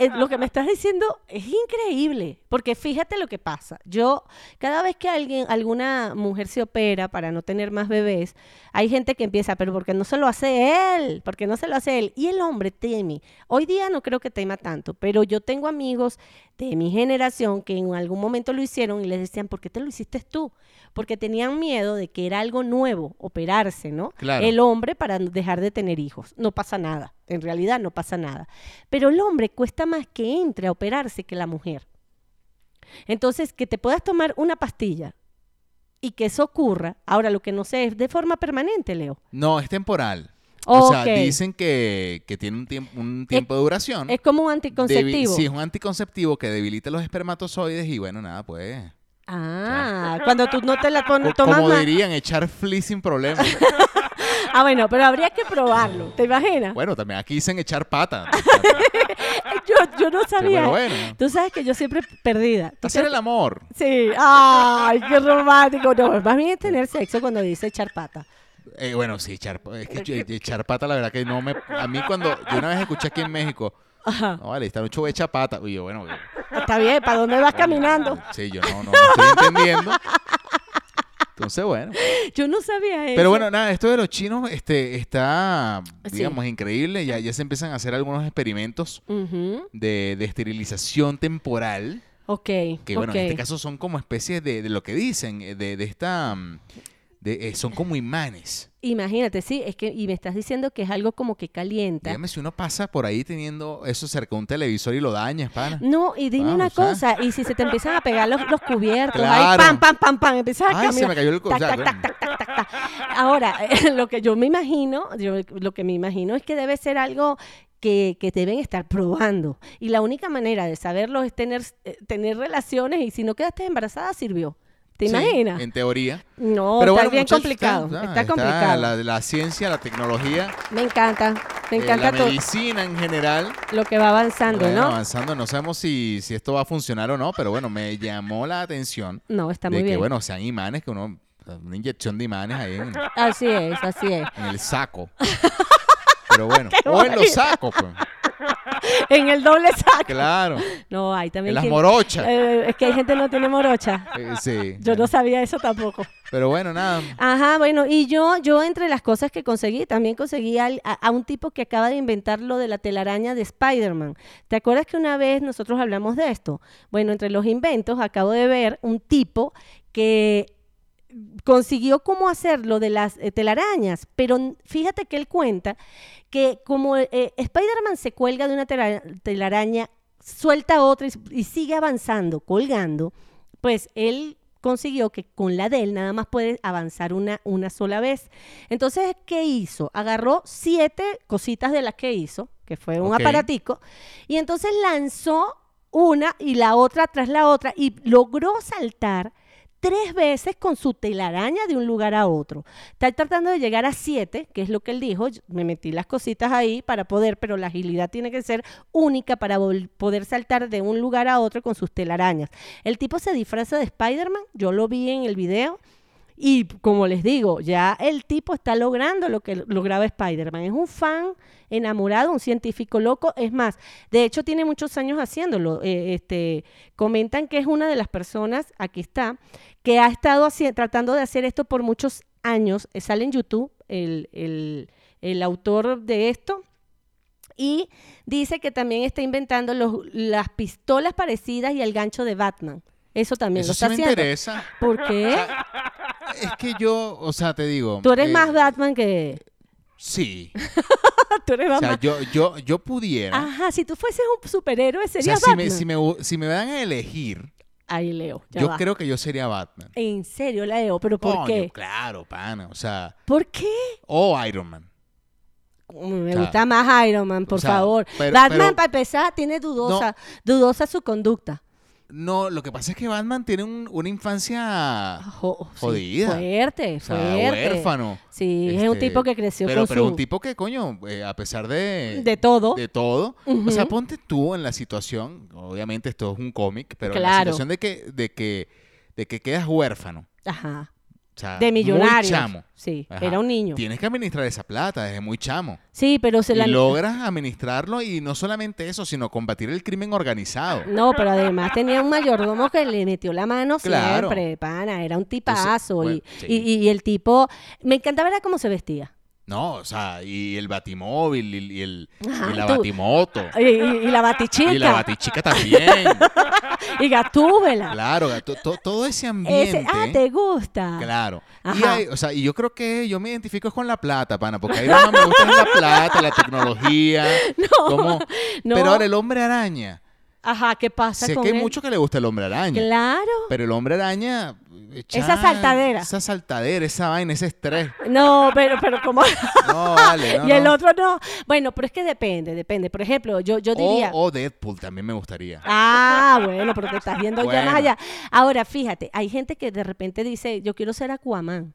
B: eh, lo que me estás diciendo es increíble, porque fíjate lo que pasa. Yo, cada vez que alguien, alguna mujer se opera para no tener más bebés, hay gente que empieza, pero porque no se lo hace él? porque no se lo hace él? Y el hombre teme. Hoy día no creo que tema tanto, pero yo tengo amigos de mi generación que en algún momento lo hicieron y les decían, ¿por qué te lo hiciste tú? Porque tenían miedo de que era algo nuevo, operarse, ¿no?
A: Claro.
B: El hombre para dejar de tener hijos. No pasa nada, en realidad no pasa nada. Pero el hombre cuesta más que entre a operarse que la mujer. Entonces, que te puedas tomar una pastilla y que eso ocurra, ahora lo que no sé es de forma permanente, Leo.
A: no, es temporal. O sea,
B: Ok.
A: dicen que, que tiene un, tiemp- un tiempo de duración.
B: Es como un
A: Debi-
B: anticonceptivo.
A: Sí, es un anticonceptivo que debilita los espermatozoides y bueno, nada, pues.
B: Ah, cuando tú no te la pon-
A: Co-
B: tomas
A: como
B: más.
A: dirían, echar fli sin problema.
B: Ah, bueno, pero habría que probarlo, ¿te imaginas?
A: bueno, también aquí dicen echar pata.
B: Yo, yo no sabía.
A: Pero bueno.
B: Tú sabes que yo siempre perdida. ¿Tú
A: Hacer
B: crees
A: el amor.
B: que- Sí, ay, qué romántico. No, más bien es tener sexo cuando dice echar pata.
A: Eh, bueno, sí, echar, pa- es que yo- echar pata, la verdad que no me. A mí, cuando. Yo una vez escuché aquí en México.
B: Ajá.
A: No, vale, esta noche voy a echar pata. Y yo, bueno. yo-
B: Está bien, ¿para dónde vas caminando?
A: Sí, yo no, no, no estoy entendiendo. Entonces, bueno.
B: Yo no sabía eso.
A: Pero bueno, nada, esto de los chinos este, está,
B: Sí.
A: digamos, increíble. Ya, ya se empiezan a hacer algunos experimentos
B: Ujú,
A: de, de esterilización temporal.
B: Ok.
A: Que bueno, en
B: ok.
A: este caso son como especies de, de lo que dicen, eh, de, de esta... mm, de, eh, son como imanes.
B: Imagínate, sí, es que, y me estás diciendo que es algo como que calienta.
A: Dígame si uno pasa por ahí teniendo eso cerca de un televisor y lo dañas, pana.
B: No, y dime
A: Vamos,
B: una
A: ¿eh?
B: cosa, y si se te empiezan a pegar los, los cubiertos, ahí
A: Claro.
B: pam, pam, pam, pam, empiezas a
A: Ay,
B: caminar.
A: se me cayó el co-
B: Tac,
A: o sea,
B: tac, tac, tac, tac, tac, tac. Ahora, lo que yo me imagino, yo lo que me imagino es que debe ser algo que, que deben estar probando. Y la única manera de saberlo es tener, eh, tener relaciones y si no quedaste embarazada, sirvió. ¿Te
A: Sí,
B: imaginas?
A: En teoría.
B: No,
A: Pero
B: está
A: bueno,
B: bien
A: muchachos,
B: complicado. Está,
A: ah,
B: complicado.
A: La, la ciencia, la tecnología,
B: Me encanta. Me
A: eh,
B: encanta
A: la
B: todo
A: medicina en general.
B: lo que va avanzando,
A: Bueno,
B: ¿no?
A: avanzando, no sabemos si, si esto va a funcionar o no, pero bueno, me llamó la atención
B: No, está
A: de
B: muy
A: que,
B: bien.
A: bueno, sean imanes, que uno, una inyección de imanes ahí en,
B: Así es, así es.
A: en el saco. Pero bueno, o en los
B: barbaridad.
A: sacos, pues,
B: En el doble saco.
A: claro,
B: No, hay también.
A: en las
B: quien-
A: morochas.
B: Eh, es que hay gente que no tiene morocha.
A: Eh, sí.
B: Yo no sabía eso tampoco.
A: Pero bueno, nada.
B: Ajá, bueno, y yo, yo entre las cosas que conseguí, también conseguí al- a, a un tipo que acaba de inventar lo de la telaraña de Spider-Man. ¿Te acuerdas que una vez nosotros hablamos de esto? Bueno, entre los inventos acabo de ver un tipo que consiguió cómo hacer lo de las eh, telarañas, pero n- fíjate que él cuenta que como eh, Spider-Man se cuelga de una tela- telaraña, suelta otra y, s- y sigue avanzando, colgando, pues él consiguió que con la de él nada más puede avanzar una, una sola vez. Entonces, ¿qué hizo? Agarró siete cositas de las que hizo, que fue un
A: Ok.
B: aparatico, y entonces lanzó una y la otra tras la otra y logró saltar tres veces con su telaraña de un lugar a otro. Está tratando de llegar a siete, que es lo que él dijo. Yo me metí las cositas ahí para poder, pero la agilidad tiene que ser única para vol- poder saltar de un lugar a otro con sus telarañas. El tipo se disfraza de Spider-Man, yo lo vi en el video. Y como les digo, ya el tipo está logrando lo que lograba Spider-Man. Es un fan enamorado, un científico loco. Es más, de hecho tiene muchos años haciéndolo. Eh, este, comentan que es una de las personas, aquí está, que ha estado haci- tratando de hacer esto por muchos años. Eh, sale en YouTube el, el- el autor de esto. Y dice que también está inventando los- las pistolas parecidas y el gancho de Batman. Eso también
A: Eso
B: lo
A: sí
B: está
A: me
B: haciendo.
A: interesa.
B: ¿Por qué?
A: Es que yo, o sea, te digo.
B: Tú eres
A: eh,
B: más Batman que.
A: Sí.
B: Ah, Tú eres
A: O
B: más.
A: sea,
B: Batman.
A: yo, yo, yo pudiera.
B: Ajá, si tú fueses un superhéroe,
A: o sea,
B: Ah, serías
A: si me,
B: Batman.
A: si, me, si me dan a elegir,
B: Ahí leo. ya
A: yo
B: va.
A: creo que yo sería Batman.
B: En serio, leo, pero ¿por
A: Coño,
B: qué?
A: Claro, pana. O sea,
B: ¿Por qué?
A: o Iron Man.
B: Me
A: sea,
B: gusta más Iron Man, por
A: o sea,
B: favor.
A: pero-
B: Batman,
A: pero-
B: para empezar, tiene dudosa, dudosa su conducta.
A: No, lo que pasa es que Batman tiene un- una infancia.
B: Jo- sí,
A: Ah, Jodida.
B: fuerte,
A: O sea,
B: fuerte.
A: huérfano.
B: Sí, es un
A: Este,
B: tipo que creció
A: pero,
B: con
A: pero
B: su...
A: un tipo que, coño, eh, a pesar de...
B: De todo.
A: De todo. O sea,
B: Ujú.
A: ponte tú en la situación, obviamente esto es un cómic, pero en la
B: Claro.
A: situación de que, de que, de que quedas huérfano.
B: Ajá,
A: O sea,
B: de
A: Ah, Muy
B: millonario.
A: chamo.
B: Sí,
A: Ajá.
B: era un niño.
A: Tienes que administrar esa plata desde muy chamo.
B: Sí, pero se
A: Y
B: la...
A: logras administrarlo y no solamente eso, sino combatir el crimen organizado.
B: No, pero además tenía un mayordomo que le metió la mano
A: Claro.
B: siempre, pana, era un tipazo.
A: Entonces,
B: y,
A: bueno, sí.
B: y- y- y el tipo, me encantaba ver cómo se vestía.
A: No, o sea, y el batimóvil y, y el,
B: Ajá,
A: y la
B: tú-
A: batimoto.
B: Y, y- y la batichica.
A: Y la batichica también.
B: y Gatúbela.
A: Claro, to- to- todo ese ambiente.
B: Ese- ah, ¿te gusta?
A: Claro. Y,
B: Ajá.
A: hay- o sea, y yo creo que yo me identifico con la plata, pana, porque ahí no me gusta es la plata, la tecnología. cómo-
B: no.
A: Pero ahora el hombre araña.
B: Ajá, ¿qué pasa
A: Sé
B: con
A: que hay
B: él?
A: mucho que le gusta el hombre araña.
B: Claro.
A: Pero el hombre araña. eh,
B: Esa
A: chan,
B: saltadera.
A: Esa saltadera, esa vaina, ese estrés.
B: No, pero, pero como...
A: No, vale. No,
B: y el
A: no.
B: otro no. Bueno, pero es que depende, depende. Por ejemplo, yo,
A: Oh,
B: yo diría...
A: O, o Deadpool también me gustaría.
B: Ah, bueno, pero te estás viendo ya
A: Bueno.
B: más allá. Ahora, fíjate, hay gente que de repente dice, yo quiero ser Aquaman.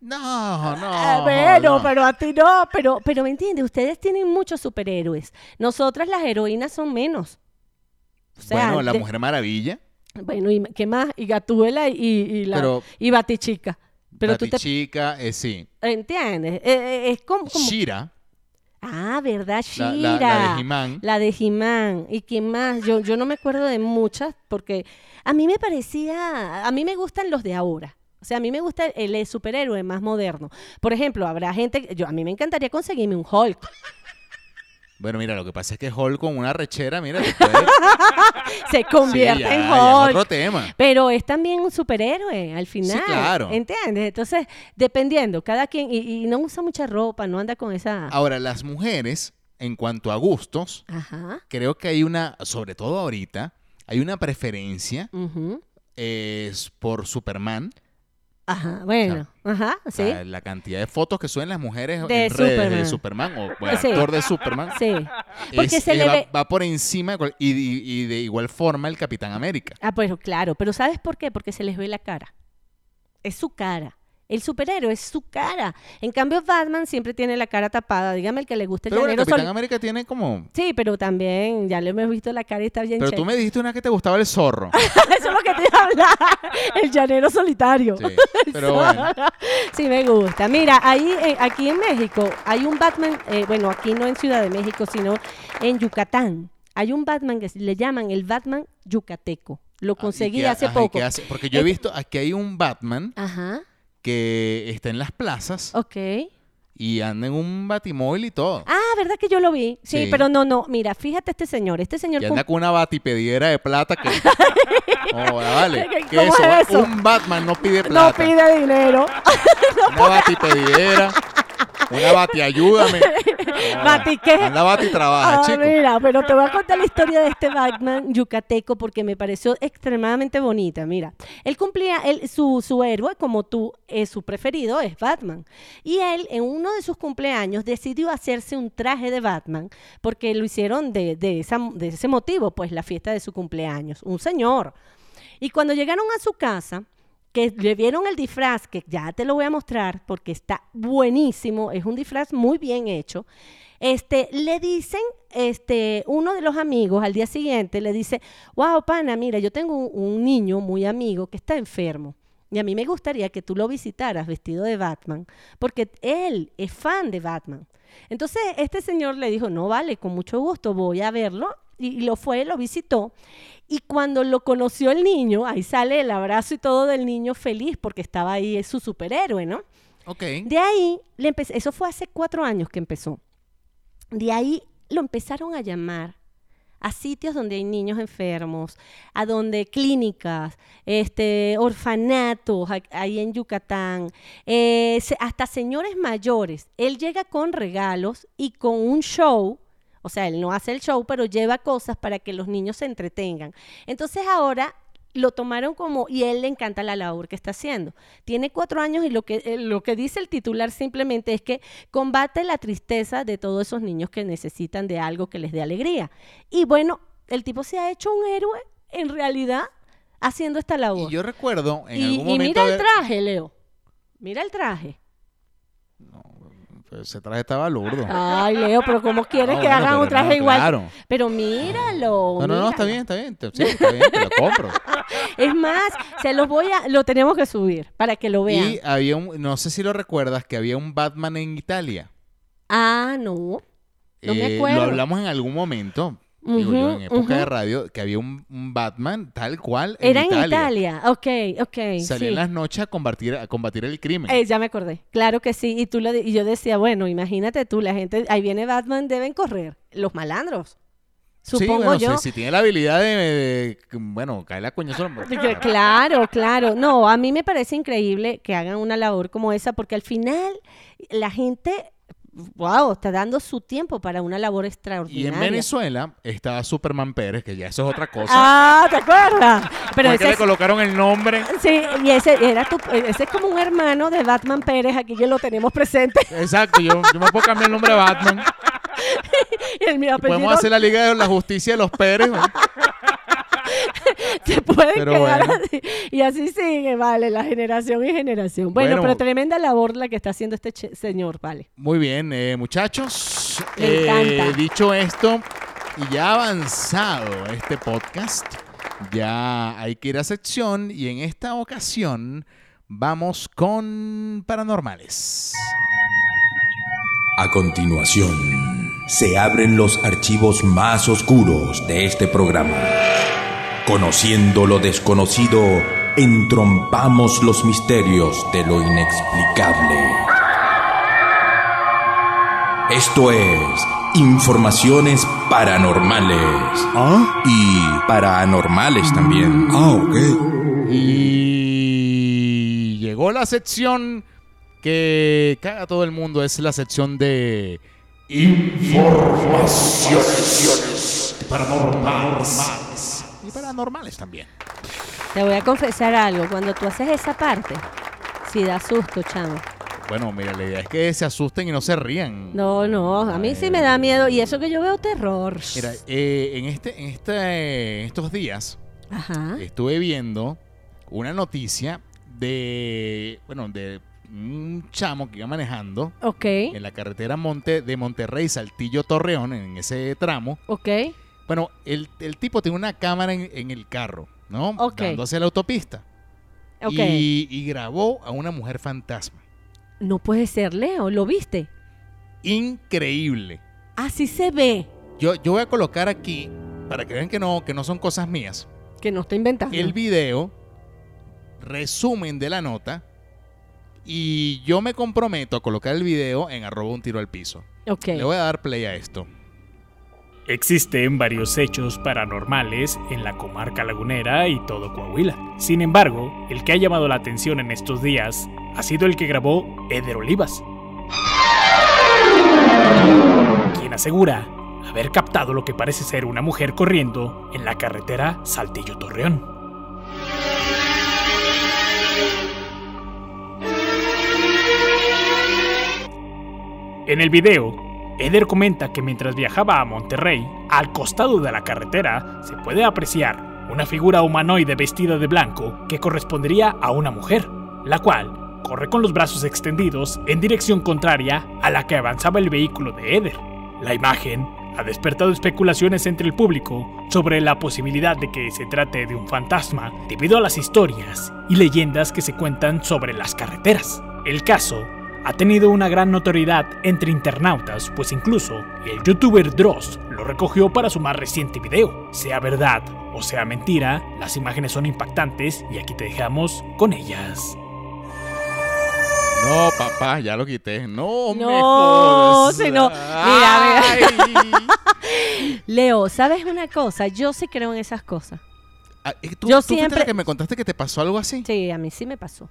A: No, no.
B: Ah, bueno,
A: no.
B: pero a ti no, pero, pero me entiende, ustedes tienen muchos superhéroes. Nosotras las heroínas son menos. O sea,
A: bueno, la
B: de-
A: Mujer Maravilla.
B: Bueno, ¿y qué más? Y Gatuela y, y la,
A: Pero-
B: y Batichica. Pero tú te
A: Batichica, eh, sí.
B: entiendes, Eh, eh, es como, como-
A: Shira.
B: Ah, ¿verdad?
A: La-
B: Shira.
A: la- la de He-Man.
B: La de He-Man. ¿Y quién más? Yo, yo no me acuerdo de muchas porque a mí me parecía, a mí me gustan los de ahora. O sea, a mí me gusta el, el superhéroe más moderno. Por ejemplo, habrá gente, yo a mí me encantaría conseguirme un Hulk.
A: Bueno, mira, lo que pasa es que Hulk con una rechera, mira, te puede-
B: Se
A: Sí,
B: convierte
A: ya,
B: en
A: ya es
B: Hulk.
A: otro tema.
B: Pero es también un superhéroe al final.
A: claro.
B: ¿Entiendes? Entonces, dependiendo, cada quien, y, y no usa mucha ropa, no anda con esa.
A: Ahora, las mujeres, en cuanto a gustos,
B: Ajá.
A: creo que hay una, sobre todo ahorita, hay una preferencia
B: ujú,
A: eh, es por Superman.
B: Ajá. Bueno. Ajá.
A: O
B: Sí.
A: sea, la cantidad de fotos que suben las mujeres
B: De
A: en redes de
B: Superman.
A: Superman o bueno,
B: Sí.
A: actor de Superman.
B: Sí. Porque
A: es-
B: se
A: es-
B: le
A: va,
B: ve.
A: va por encima de cual- y, y- y de igual forma el Capitán América.
B: Ah, pero claro. Pero ¿sabes por qué? Porque se les ve la cara. Es su cara. El superhéroe es su cara. En cambio, Batman siempre tiene la cara tapada. Dígame el que le gusta el
A: Pero bueno, el
B: llanero
A: Capitán
B: sol-
A: América tiene como...
B: Sí, pero también ya le hemos visto la cara y está bien
A: Pero
B: chévere.
A: tú me dijiste una que te gustaba el zorro.
B: Eso es lo que te iba a hablar. El llanero solitario.
A: Sí, pero bueno.
B: Sí, me gusta. Mira, ahí, eh, aquí en México hay un Batman, eh, bueno, aquí no en Ciudad de México, sino en Yucatán. Hay un Batman que le llaman el Batman yucateco. Lo conseguí
A: Ah, Y que-
B: hace
A: ajá, y
B: poco.
A: que hace- porque yo he
B: Eh,
A: visto, aquí hay un Batman
B: Ajá,
A: que está en las plazas
B: ok.
A: y anda en un batimóvil y todo.
B: Ah, ¿verdad que yo lo vi? Sí,
A: Sí.
B: pero no, no. Mira, fíjate este señor. Este señor...
A: Y
B: cum-
A: anda con una batipediera de plata que... Oh, vale.
B: ¿Qué-
A: ¿Qué
B: cómo
A: eso?
B: es eso?
A: Un Batman no pide
B: No
A: plata.
B: pide dinero.
A: Una batipediera. Una bati, ayúdame.
B: Bati, ¿qué?
A: Ah, Anda bati y trabaja,
B: Ah,
A: chico.
B: Mira, pero te voy a contar la historia de este Batman yucateco porque me pareció extremadamente bonita. Mira, él cumplía, él- su, su héroe, como tú, es su preferido es Batman. Y él, en uno de sus cumpleaños, decidió hacerse un traje de Batman porque lo hicieron de, de, esa, de ese motivo, pues la fiesta de su cumpleaños. Un señor. Y cuando llegaron a su casa, que le vieron el disfraz, que ya te lo voy a mostrar porque está buenísimo, es un disfraz muy bien hecho. Este, le dicen, este, uno de los amigos al día siguiente le dice, wow, pana, mira, yo tengo un, un niño muy amigo que está enfermo. Y a mí me gustaría que tú lo visitaras vestido de Batman, porque él es fan de Batman. Entonces, este señor le dijo, no vale, con mucho gusto voy a verlo. Y y lo fue, lo visitó. Y cuando lo conoció el niño, ahí sale el abrazo y todo del niño feliz, porque estaba ahí, es su superhéroe, ¿no?
A: Ok.
B: De ahí, le empecé, eso fue hace cuatro años que empezó. De ahí lo empezaron a llamar a sitios donde hay niños enfermos, a donde clínicas, este, orfanatos a- ahí en Yucatán, eh, se- hasta señores mayores. Él llega con regalos y con un show. O sea, él no hace el show, pero lleva cosas para que los niños se entretengan. Entonces ahora lo tomaron como, y él le encanta la labor que está haciendo. Tiene cuatro años y lo que, eh, lo que dice el titular simplemente es que combate la tristeza de todos esos niños que necesitan de algo que les dé alegría. Y bueno, el tipo se ha hecho un héroe en realidad haciendo esta labor.
A: Y yo recuerdo en
B: Y-
A: algún
B: y
A: momento.
B: mira el
A: haber-
B: traje, Leo. Mira el traje.
A: Pues, Ese traje estaba lourdo.
B: Ay, Leo, pero ¿cómo Ah, quieres
A: Ah,
B: que
A: bueno,
B: hagan un
A: pero
B: traje
A: no,
B: igual?
A: claro.
B: Pero míralo.
A: No, no, no, está
B: míralo.
A: bien, está bien. te- sí, está bien, te lo compro.
B: Es más, se los voy a, lo tenemos que subir para que lo vean.
A: Y había un, no sé si lo recuerdas, que había un Batman en Italia.
B: Ah, no. No me
A: Eh,
B: acuerdo.
A: Lo hablamos en algún momento, digo yo,
B: Ujú,
A: en época de
B: ujú.
A: radio, que había un, un Batman tal cual en
B: Era en
A: Italia.
B: Italia. Ok, ok.
A: Salía
B: sí.
A: en las noches a combatir, a combatir el crimen.
B: Eh, ya me acordé. Claro que sí. Y tú le, y yo decía, bueno, imagínate tú, la gente, ahí viene Batman, deben correr. Los malandros. Supongo
A: sí, bueno,
B: yo.
A: Si, si tiene la habilidad de, de- bueno, cae la coñazo.
B: De que- Claro, claro. No, a mí me parece increíble que hagan una labor como esa, porque al final la gente, wow, está dando su tiempo para una labor
A: Y
B: extraordinaria.
A: en Venezuela estaba Superman Pérez, que ya eso es otra cosa.
B: Ah, ¿te acuerdas? Pero
A: ¿Por qué
B: ese
A: le
B: es,
A: colocaron el nombre?
B: sí, y ese era tu- ese es como un hermano de Batman Pérez, aquí que lo tenemos presente.
A: Exacto, yo, yo me puedo cambiar el nombre de Batman.
B: Y el mi apellido
A: Podemos hacer la Liga de la Justicia de los Pérez. ¿no?
B: se puede
A: pero
B: quedar
A: bueno.
B: así. Y así sigue, vale, la generación y generación. Bueno,
A: Bueno.
B: pero tremenda labor la que está haciendo este che- señor, vale.
A: Muy bien, eh, muchachos.
B: Me
A: Eh,
B: encanta.
A: Dicho esto, y ya avanzado este podcast, ya hay que ir a sección y en esta ocasión vamos con paranormales.
D: A continuación, se abren los archivos más oscuros de este programa. Conociendo lo desconocido, entrompamos los misterios de lo inexplicable. Esto es Informaciones Paranormales. Y paranormales también.
A: Y llegó la sección que caga todo el mundo, es la sección de informaciones paranormales. Y paranormales también.
B: Te voy a confesar algo, cuando tú haces esa parte, sí da susto, chamo.
A: Bueno, mira, la idea es que se asusten y no se rían.
B: No, no, a mí sí me da miedo y eso que yo veo terror.
A: Mira, eh, en, este, en este, en estos días
B: Ajá.
A: estuve viendo una noticia de, bueno, de un chamo que iba manejando
B: Ok,
A: en la carretera Monte, de Monterrey, Saltillo, Torreón, en ese tramo.
B: ok,
A: Bueno, el, el tipo tiene una cámara en, en el carro, ¿no?
B: Ok.
A: Dando hacia la autopista.
B: ok.
A: Y, y grabó a una mujer fantasma.
B: No puede ser, Leo, ¿lo viste?
A: Increíble.
B: Así se ve,
A: Yo, yo voy a colocar aquí, para que vean que no, que no son cosas mías,
B: que no está inventando.
A: el video, resumen de la nota, y yo me comprometo a colocar el video en arroba un tiro al piso.
B: Ok,
A: Le voy a dar play a esto.
E: Existen varios hechos paranormales en la comarca lagunera y todo Coahuila. Sin embargo, el que ha llamado la atención en estos días ha sido el que grabó Eder Olivas. quien asegura haber captado lo que parece ser una mujer corriendo en la carretera Saltillo-Torreón. En el video, Eder comenta que mientras viajaba a Monterrey, al costado de la carretera se puede apreciar una figura humanoide vestida de blanco que correspondería a una mujer, la cual corre con los brazos extendidos en dirección contraria a la que avanzaba el vehículo de Eder. La imagen ha despertado especulaciones entre el público sobre la posibilidad de que se trate de un fantasma debido a las historias y leyendas que se cuentan sobre las carreteras. El caso ha tenido una gran notoriedad entre internautas, pues incluso el youtuber Dross lo recogió para su más reciente video. Sea verdad o sea mentira, las imágenes son impactantes y aquí te dejamos con ellas.
A: No, papá, ya lo quité. No, me
B: No,
A: jodas.
B: sí, no. Mira,
A: Ay.
B: Leo, ¿sabes una cosa? Yo sí creo en esas cosas.
A: Ah, ¿y ¿Tú,
B: Yo
A: tú fuiste la
B: siempre-
A: que me contaste que te pasó algo así?
B: Sí, a mí sí me pasó.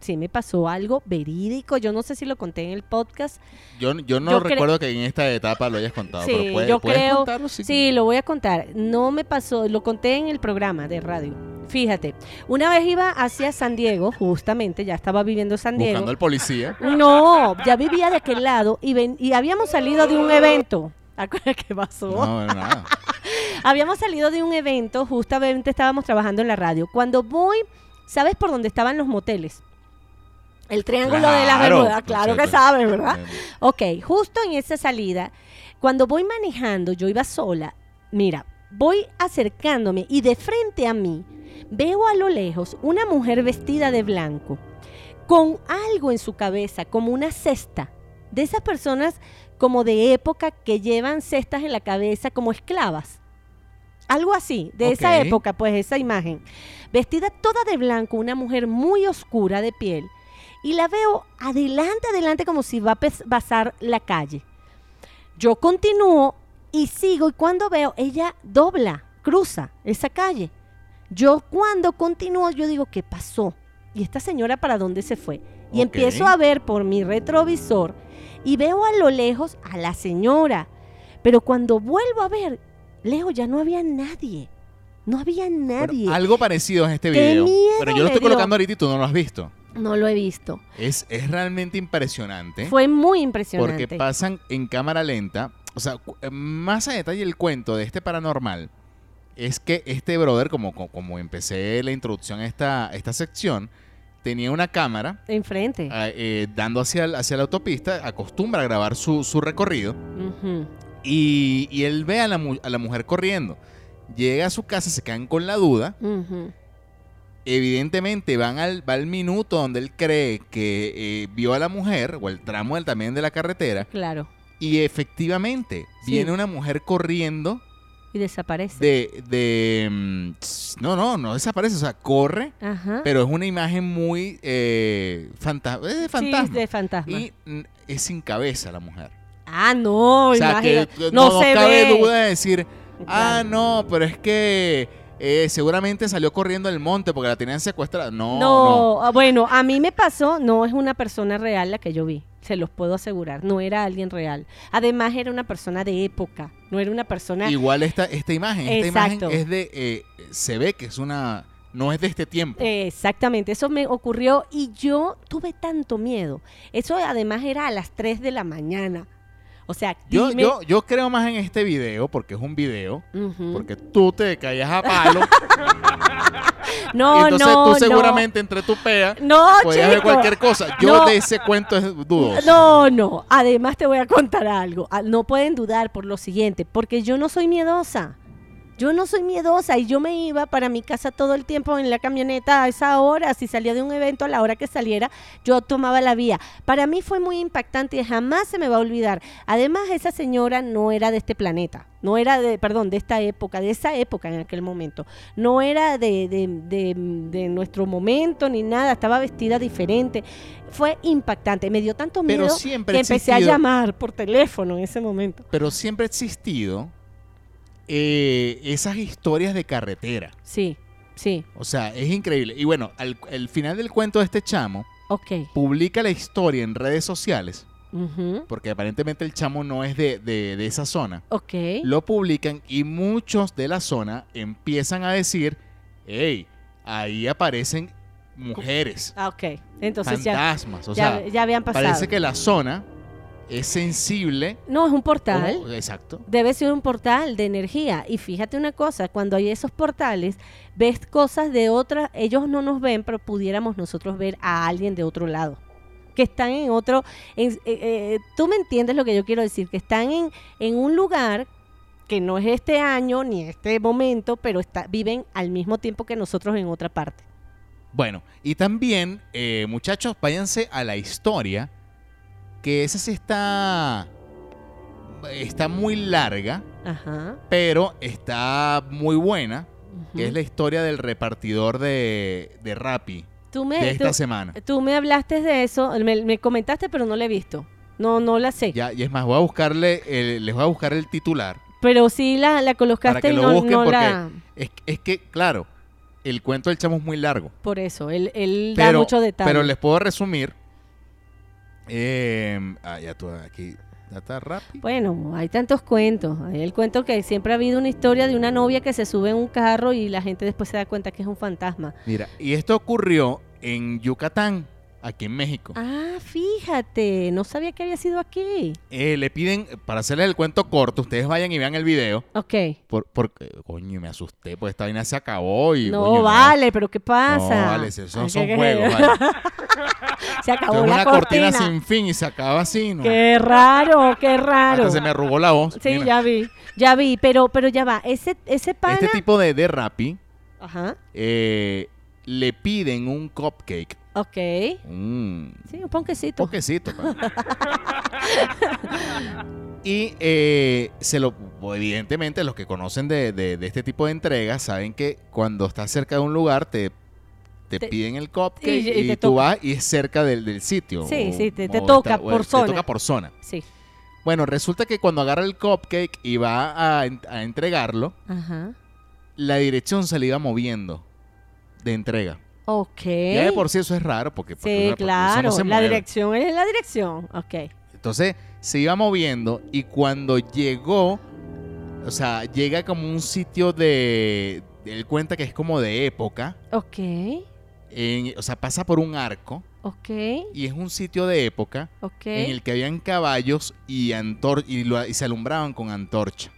B: Sí me pasó algo verídico. Yo no sé si lo conté en el podcast.
A: Yo, yo no
B: Yo cre-
A: recuerdo que en esta etapa lo hayas contado,
B: sí,
A: pero puede-
B: yo
A: puedes
B: creo.
A: contarlo sí.
B: sí. lo voy a contar. No me pasó, lo conté en el programa de radio. Fíjate, una vez iba hacia San Diego, justamente, ya estaba viviendo en San Diego.
A: Buscando al policía.
B: No, ya vivía de aquel lado y, ven- y habíamos salido de un evento. Acuérdate qué pasó?
A: No, de nada.
B: Habíamos salido de un evento, justamente estábamos trabajando en la radio. Cuando voy, ¿sabes por dónde estaban los moteles? El triángulo de las
A: Claro.
B: Bermudas, claro que
A: Sí,
B: sabes, ¿verdad?
A: sí.
B: Ok, justo en esa salida, cuando voy manejando, yo iba sola, mira, voy acercándome y de frente a mí veo a lo lejos una mujer vestida de blanco, con algo en su cabeza, como una cesta, de esas personas como de época que llevan cestas en la cabeza como esclavas. Algo así, de esa
A: Ok.
B: época, pues esa imagen. Vestida toda de blanco, una mujer muy oscura de piel. Y la veo adelante, adelante, como si va a pes- pasar la calle. Yo continúo y sigo y cuando veo, ella dobla, cruza esa calle. Yo cuando continúo, yo digo, ¿qué pasó? ¿Y esta señora para dónde se fue? Y
A: Ok.
B: empiezo a ver por mi retrovisor y veo a lo lejos a la señora. Pero cuando vuelvo a ver, lejos ya no había nadie. No había
A: Bueno,
B: nadie.
A: algo parecido es este
B: Qué
A: video.
B: miedo
A: pero yo lo
B: me
A: estoy
B: dio.
A: colocando ahorita y tú no lo has visto.
B: No lo he visto.
A: Es, es realmente impresionante.
B: Fue muy impresionante.
A: ¿Eh? Porque pasan en cámara lenta. O sea, cu- eh, más a detalle el cuento de este paranormal es que este brother, como, como, como empecé la introducción a esta, esta sección, tenía una cámara
B: Enfrente.
A: ah, eh, dando hacia, el- hacia la autopista, acostumbra a grabar su, su recorrido
B: Ujú.
A: y, y él ve a la, mu- a la mujer corriendo. Llega a su casa, se quedan con la duda.
B: Ujú.
A: Evidentemente van al, va al minuto donde él cree que eh, vio a la mujer o el tramo del- también de la carretera
B: Claro.
A: Y efectivamente,
B: Sí.
A: viene una mujer corriendo
B: Y desaparece.
A: de, de... mm, tss, No, no, no desaparece, o sea, corre,
B: Ajá.
A: pero es una imagen muy eh, fanta- eh, de
B: Sí,
A: fantasma.
B: de fantasma.
A: Y mm, es sin cabeza la mujer.
B: Ah, no,
A: o sea, que
B: imagínate.
A: no,
B: no,
A: no
B: se
A: cabe
B: ve.
A: duda de decir, ah,
B: Claro.
A: no, pero es que eh, seguramente salió corriendo del monte porque la tenían secuestrada. No, no.
B: No, ah, bueno, a mí me pasó, no es una persona real la que yo vi, se los puedo asegurar, no era alguien real. Además era una persona de época, no era una persona...
A: Igual esta, esta imagen, esta
B: Exacto.
A: imagen es de... eh, se ve que es una... No es de este tiempo.
B: Eh, Exactamente, eso me ocurrió y yo tuve tanto miedo. Eso además era a las 3 de la mañana. O sea,
A: Yo,
B: dime-
A: yo, yo creo más en este video, porque es un video,
B: Ujú.
A: porque tú te caías a palo.
B: No,
A: y entonces
B: no,
A: tú
B: no.
A: seguramente entre tu pea
B: No,
A: podías ver
B: chico.
A: cualquier cosa. Yo
B: No.
A: de ese cuento es dudoso.
B: No, no. Además te voy a contar algo. Ah, No pueden dudar por lo siguiente, porque yo no soy miedosa. Yo no soy miedosa y yo me iba para mi casa todo el tiempo en la camioneta a esa hora. Si salía de un evento a la hora que saliera, yo tomaba la vía. Para mí fue muy impactante y jamás se me va a olvidar. Además, esa señora no era de este planeta. No era de, perdón, de esta época, de esa época en aquel momento. No era de, de- de- de nuestro momento ni nada. Estaba vestida diferente. Fue impactante. Me dio tanto miedo
A: Pero siempre
B: que
A: ha
B: empecé a
A: existido-
B: llamar por teléfono en ese momento.
A: Pero siempre ha existido eh, esas historias de carretera.
B: Sí, sí,
A: O sea, es increíble. Y bueno, al el final del cuento de este chamo,
B: ok.
A: publica la historia en redes sociales
B: Ujú.
A: porque aparentemente el chamo no es de, de- de esa zona.
B: Ok.
A: Lo publican y muchos de la zona empiezan a decir, hey, ahí aparecen mujeres,
B: Ah, ok. Entonces ya,
A: fantasmas. O
B: ya,
A: sea,
B: ya habían pasado.
A: parece que la zona es sensible.
B: No, es un portal.
A: Ojo, Exacto.
B: Debe ser un portal de energía. Y fíjate una cosa, cuando hay esos portales, ves cosas de otras, ellos no nos ven, pero pudiéramos nosotros ver a alguien de otro lado. Que están en otro, en- eh, eh, tú me entiendes lo que yo quiero decir, que están en, en un lugar que no es este año ni este momento, pero está, viven al mismo tiempo que nosotros en otra parte.
A: Bueno, y también, eh, muchachos, váyanse a la historia, que esa sí está, está muy larga,
B: Ajá.
A: pero está muy buena,
B: ujú.
A: que es la historia del repartidor de, de Rappi
B: Tú me,
A: de
B: tú-
A: esta semana.
B: tú me hablaste de eso, me, me comentaste, pero no la he visto. No, no la sé.
A: Ya, y es más, voy a buscarle, el- les voy a buscar el titular.
B: Pero sí la, la
A: Para
B: colocaste
A: que
B: y
A: lo
B: no,
A: busquen,
B: no
A: porque
B: la...
A: es, es que, claro, el cuento del chamo es muy largo.
B: Por eso, él, él da
A: Pero,
B: mucho detalle.
A: pero les puedo resumir. Eh, ah, ya tú aquí. Ya está Rappi.
B: Bueno, hay tantos cuentos. Hay el cuento que siempre ha habido una historia de una novia que se sube en un carro y la gente después se da cuenta que es un fantasma.
A: Mira, y esto ocurrió en Yucatán, aquí en México.
B: Ah, fíjate, no sabía que había sido aquí.
A: Eh, le piden, para hacerles el cuento corto, ustedes vayan y vean el video.
B: Ok.
A: Por, porque, coño, me asusté, pues esta vaina se acabó y.
B: no
A: coño,
B: vale, pero ¿qué pasa?
A: No vale, se- son,
B: Ay,
A: son
B: qué-
A: juegos. vale. Esto
B: Se
A: es
B: acabó
A: una
B: la
A: cortina.
B: cortina.
A: sin fin y se acaba así, ¿no?
B: Qué raro, qué raro.
A: Hasta se me arrugó la voz.
B: Sí,
A: Mira,
B: ya vi, ya vi, pero, pero ya va. Ese, ese pana...
A: Este tipo de, de Rappi
B: Ajá,
A: eh, le piden un cupcake.
B: ok.
A: Un
B: Sí, un ponquecito.
A: Poquecito. y eh, se lo, evidentemente, los que conocen de, de- de este tipo de entregas saben que cuando estás cerca de un lugar te, te,
B: Te-
A: piden el cupcake
B: y-
A: y,
B: y te
A: tú
B: toca.
A: vas y es cerca del, del sitio.
B: Sí, sí, te- te
A: o eh,
B: toca por
A: te
B: zona.
A: toca por zona.
B: Sí.
A: Bueno, resulta que cuando agarra el cupcake y va a, en- a entregarlo,
B: Ajá.
A: la dirección se le iba moviendo de entrega.
B: Ok.
A: Ya de por sí eso es raro porque, porque
B: sí,
A: una- porque eso no
B: claro.
A: se
B: la
A: mueve.
B: dirección es la dirección. Ok.
A: Entonces se iba moviendo y cuando llegó, o sea, llega como un sitio de... Él cuenta que es como de época,
B: Ok.
A: en- o sea, pasa por un arco
B: Ok.
A: y es un sitio de época
B: Ok.
A: en el que habían caballos y, antor y, lo- y se alumbraban con antorcha.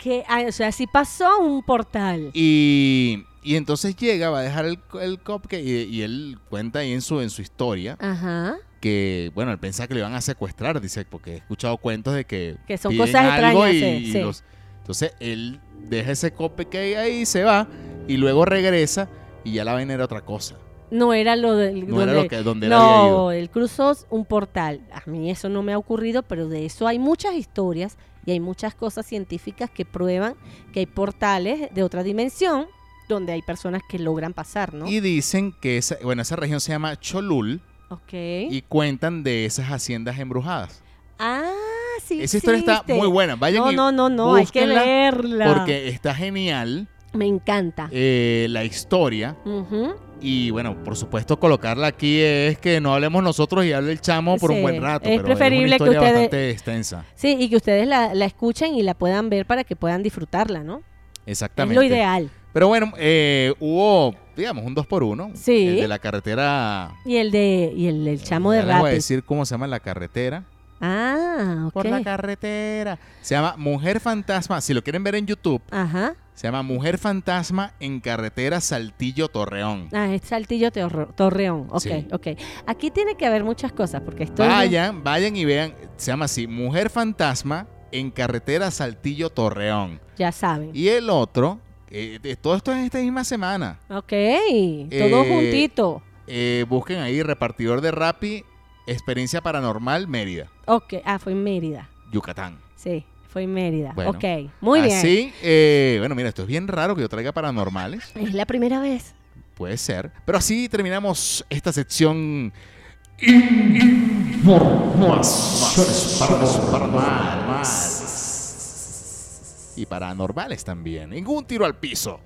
B: Que, ah, o sea, sí pasó un portal.
A: Y, y entonces llega, va a dejar el, el cupcake y, y él cuenta ahí en su, en su historia
B: Ajá.
A: que, bueno, él pensaba que lo iban a secuestrar, dice, porque he escuchado cuentos de que...
B: Que son
A: piden
B: cosas
A: algo
B: extrañas,
A: y-
B: sí,
A: y
B: sí.
A: los- entonces él deja ese cope que hay ahí y se va, y luego regresa y ya la vaina era otra cosa.
B: No era lo del.
A: No era
B: donde-
A: lo que, donde él había ido.
B: No, él cruzó un portal. A mí eso no me ha ocurrido, pero de eso hay muchas historias y hay muchas cosas científicas que prueban que hay portales de otra dimensión donde hay personas que logran pasar, ¿no?
A: Y dicen que esa, bueno, esa región se llama Cholul
B: ok.
A: y cuentan de esas haciendas embrujadas.
B: ah, sí.
A: Esa historia está
B: existe.
A: muy buena, vayan
B: No,
A: y
B: no, no, no, hay que
A: búsquenla,
B: leerla.
A: porque está genial
B: Me encanta.
A: eh, la historia
B: Ujú.
A: y bueno, por supuesto colocarla aquí es que no hablemos nosotros y hable el chamo por
B: Sí,
A: un buen rato,
B: es
A: pero
B: preferible que
A: es una historia
B: ustedes-
A: bastante extensa.
B: Sí, y que ustedes la, la escuchen y la puedan ver para que puedan disfrutarla, ¿no? Es
A: Exactamente.
B: lo ideal.
A: Pero bueno, eh, hubo, digamos, un 2 por 1
B: Sí.
A: El de la carretera.
B: Y el de y el, del chamo de
A: ya les voy a
B: Rappi.
A: decir cómo se llama la carretera.
B: Ah, ok.
A: Por la carretera. Se llama Mujer Fantasma. Si lo quieren ver en YouTube,
B: Ajá.
A: se llama Mujer Fantasma en carretera Saltillo Torreón.
B: Ah, es Saltillo Teorro- Torreón. Ok,
A: Sí.
B: ok. Aquí tiene que haber muchas cosas porque estoy...
A: Vayan, vayan y vean. Se llama así, Mujer Fantasma en carretera Saltillo Torreón.
B: Ya saben.
A: Y el otro, eh, eh, todo esto es esta misma semana.
B: Ok, todo
A: Eh,
B: juntito.
A: Eh, busquen ahí repartidor de Rappi, experiencia paranormal Mérida,
B: Ok, ah, fue en Mérida.
A: Yucatán.
B: Sí, fue en Mérida.
A: Bueno,
B: ok, muy bien.
A: Así, eh, bueno, mira, esto es bien raro que yo traiga paranormales.
B: Es la primera vez.
A: Puede ser. Pero así terminamos esta sección. Informaciones paranormales. Y paranormales también. Ningún tiro al piso.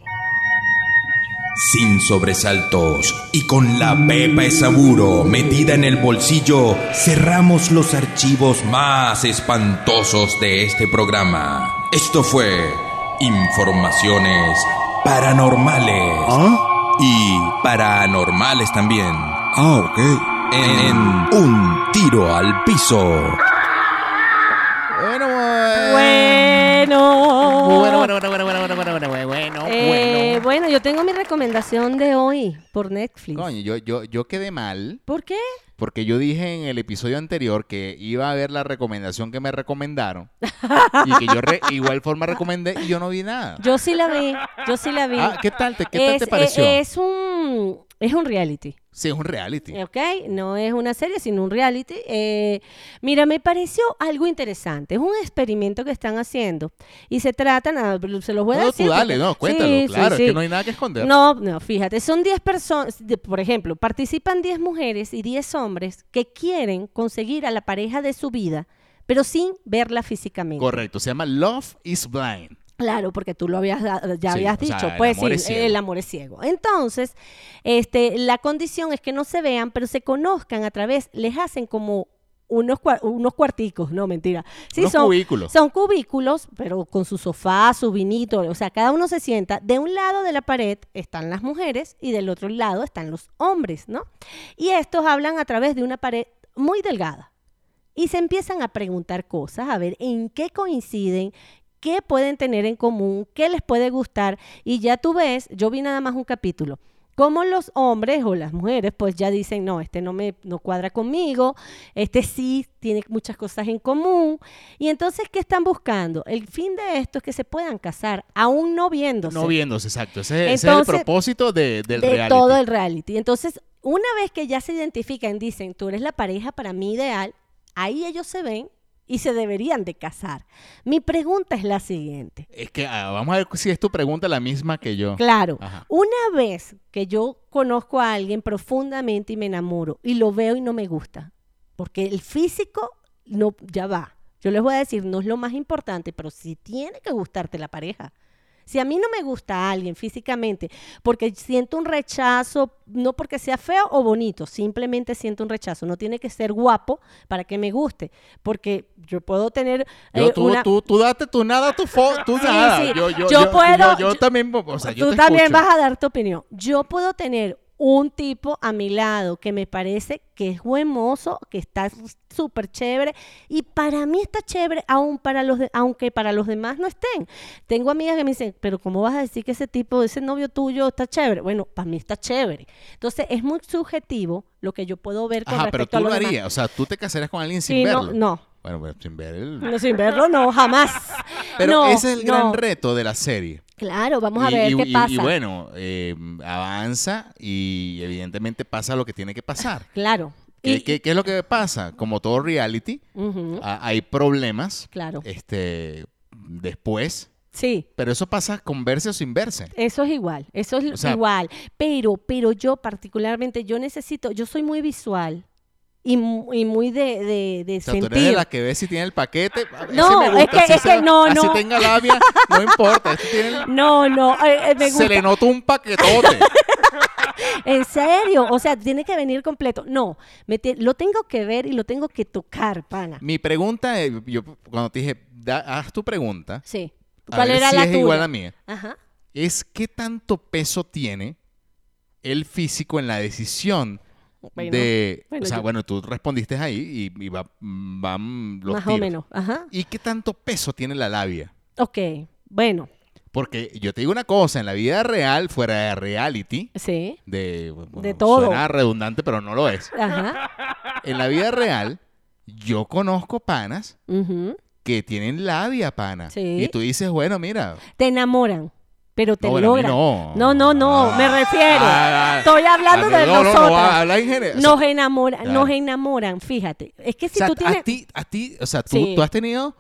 D: Sin sobresaltos y con la pepa esaburo metida en el bolsillo, cerramos los archivos más espantosos de este programa. Esto fue Informaciones Paranormales
F: ¿Ah?
D: y Paranormales también
F: Ah, ok.
D: en Un Tiro al Piso.
A: Bueno, eh,
B: Bueno.
A: bueno, bueno, bueno, bueno, bueno, bueno, bueno, bueno, bueno,
B: Eh,
A: bueno.
B: bueno, yo tengo mi recomendación de hoy por Netflix.
A: Coño, yo, yo, yo quedé mal
B: ¿Por qué?
A: porque yo dije en el episodio anterior que iba a ver la recomendación que me recomendaron y que yo re- igual forma recomendé y yo no vi nada.
B: Yo sí la vi, yo sí la vi.
A: Ah, ¿qué tal te, qué tal
B: es,
A: te pareció?
B: eh, Es Eh, un, es un reality,
A: Sí, es un reality.
B: ¿ok? No es una serie, sino un reality. Eh, mira, me pareció algo interesante. Es un experimento que están haciendo y se tratan, se los voy a
A: No,
B: decir.
A: tú dale,
B: porque-
A: no, cuéntalo,
B: Sí, sí,
A: claro, es
B: sí.
A: que no hay nada que esconder.
B: No, no, fíjate, son 10 personas, de- por ejemplo, participan 10 mujeres y 10 hombres que quieren conseguir a la pareja de su vida, pero sin verla físicamente.
A: Correcto, se llama Love is Blind.
B: Claro, porque tú lo habías da- ya
A: Sí,
B: habías
A: o sea,
B: dicho,
A: el
B: pues
A: amor
B: sí,
A: es ciego.
B: el amor es ciego. Entonces, este, la condición es que no se vean, pero se conozcan a través, les hacen como unos cua- unos cuarticos, no mentira. Sí,
A: Unos
B: son
A: cubículos.
B: son cubículos, pero con su sofá, su vinito, o sea, cada uno se sienta. De un lado de la pared están las mujeres y del otro lado están los hombres, ¿no? Y estos hablan a través de una pared muy delgada. Y se empiezan a preguntar cosas, a ver en qué coinciden, qué pueden tener en común, qué les puede gustar. Y ya tú ves, yo vi nada más un capítulo. Como los hombres o las mujeres, pues ya dicen, no, este no me no cuadra conmigo, este sí tiene muchas cosas en común. Y entonces, ¿qué están buscando? El fin de esto es que se puedan casar, aún no viéndose
A: No viéndose, exacto. Ese, ese es el
B: Entonces,
A: propósito de- del
B: de
A: reality.
B: todo el reality. Entonces, una vez que ya se identifican, dicen, tú eres la pareja para mí ideal, ahí ellos se ven y se deberían de casar. Mi pregunta es la siguiente.
A: Es que ah, vamos a ver si es tu pregunta la misma que yo.
B: Claro,
A: Ajá.
B: una vez que yo conozco a alguien profundamente y me enamoro y lo veo y no me gusta, porque el físico no ya va. Yo les voy a decir, no es lo más importante, pero sí tiene que gustarte la pareja. Si a mí no me gusta a alguien físicamente, porque siento un rechazo, no porque sea feo o bonito, simplemente siento un rechazo. No tiene que ser guapo para que me guste, porque yo puedo tener
A: Yo,
B: eh,
A: tú,
B: una-
A: tú, tú date tu nada, tu fo, tú
B: Sí,
A: nada.
B: sí.
A: Yo, yo,
B: Yo puedo-
A: Yo, yo
B: yo-
A: también, o sea, yo
B: tú
A: te
B: también
A: escucho.
B: vas a dar tu opinión. Yo puedo tener un tipo a mi lado que me parece que es buen mozo, que está s- súper chévere y para mí está chévere aun para los de- aunque para los demás no estén. Tengo amigas que me dicen, pero ¿cómo vas a decir que ese tipo, ese novio tuyo está chévere? Bueno, para mí está chévere. Entonces es muy subjetivo lo que yo puedo ver con
A: Ajá, pero
B: respecto
A: tú
B: a
A: lo
B: los demás.
A: harías. O sea, tú te casarías con alguien sin
B: Sí, no,
A: verlo.
B: no.
A: Bueno, pues, sin ver el...
B: No, sin verlo, no, jamás.
A: Pero
B: No,
A: ese es el gran
B: no.
A: reto de la serie.
B: Claro, vamos a
A: Y-
B: ver
A: y,
B: qué
A: y- y
B: pasa.
A: bueno, eh, avanza y evidentemente pasa lo que tiene que pasar.
B: claro.
A: ¿Qué,
B: Y-
A: qué- qué es lo que pasa? Como todo reality,
B: Ujú,
A: a- hay problemas
B: Claro.
A: este, después,
B: Sí.
A: pero eso pasa con verse o sin verse.
B: Eso es igual, eso es
A: O sea-
B: igual. Pero, pero yo particularmente, yo necesito, yo soy muy visual y, mu- y muy de, de, de
A: O sea, tú eres
B: sentir.
A: de la que ve si tiene el paquete. A- ese
B: Ah, No,
A: me gusta,
B: es que-
A: así
B: es que no,
A: así
B: no.
A: tenga labia, no importa. este tiene el-
B: No, no, eh, eh, me
A: Se le
B: gusta.
A: nota un paquetote.
B: En serio, o sea, tiene que venir completo. No, me te- lo tengo que ver y lo tengo que tocar, pana.
A: Mi pregunta, eh, yo cuando te dije, da- haz tu pregunta,
B: Sí.
A: a
B: ¿Cuál
A: ver
B: era
A: si
B: la
A: es
B: tuya?
A: igual a la mía,
B: Ajá.
A: es qué tanto peso tiene el físico en la decisión
B: Bueno,
A: de...
B: bueno,
A: o sea,
B: yo-
A: bueno, tú respondiste ahí y, y va- van los
B: Más o
A: tiros.
B: menos. Ajá.
A: ¿Y qué tanto peso tiene la labia?
B: Ok. Bueno,
A: Porque yo te digo una cosa, en la vida real, fuera de reality,
B: sí.
A: de, bueno,
B: De todo.
A: Suena redundante, pero no lo es.
B: Ajá.
A: En la vida real, yo conozco panas
B: ujú.
A: que tienen labia, pana.
B: Sí.
A: Y tú dices, bueno, mira.
B: Te enamoran, pero te
A: No, bueno, a mí
B: logran.
A: no.
B: no, no, no,
A: Ah.
B: me refiero.
A: Ah, ah,
B: Estoy hablando
A: ah,
B: de
A: no,
B: nosotras.
A: No, no, habla en general.
B: Nos enamoran,
A: Claro.
B: nos enamoran, fíjate. Es que
A: o
B: si
A: sea,
B: tú
A: a
B: tienes.
A: ti, a ti, o sea, tú,
B: Sí.
A: tú has tenido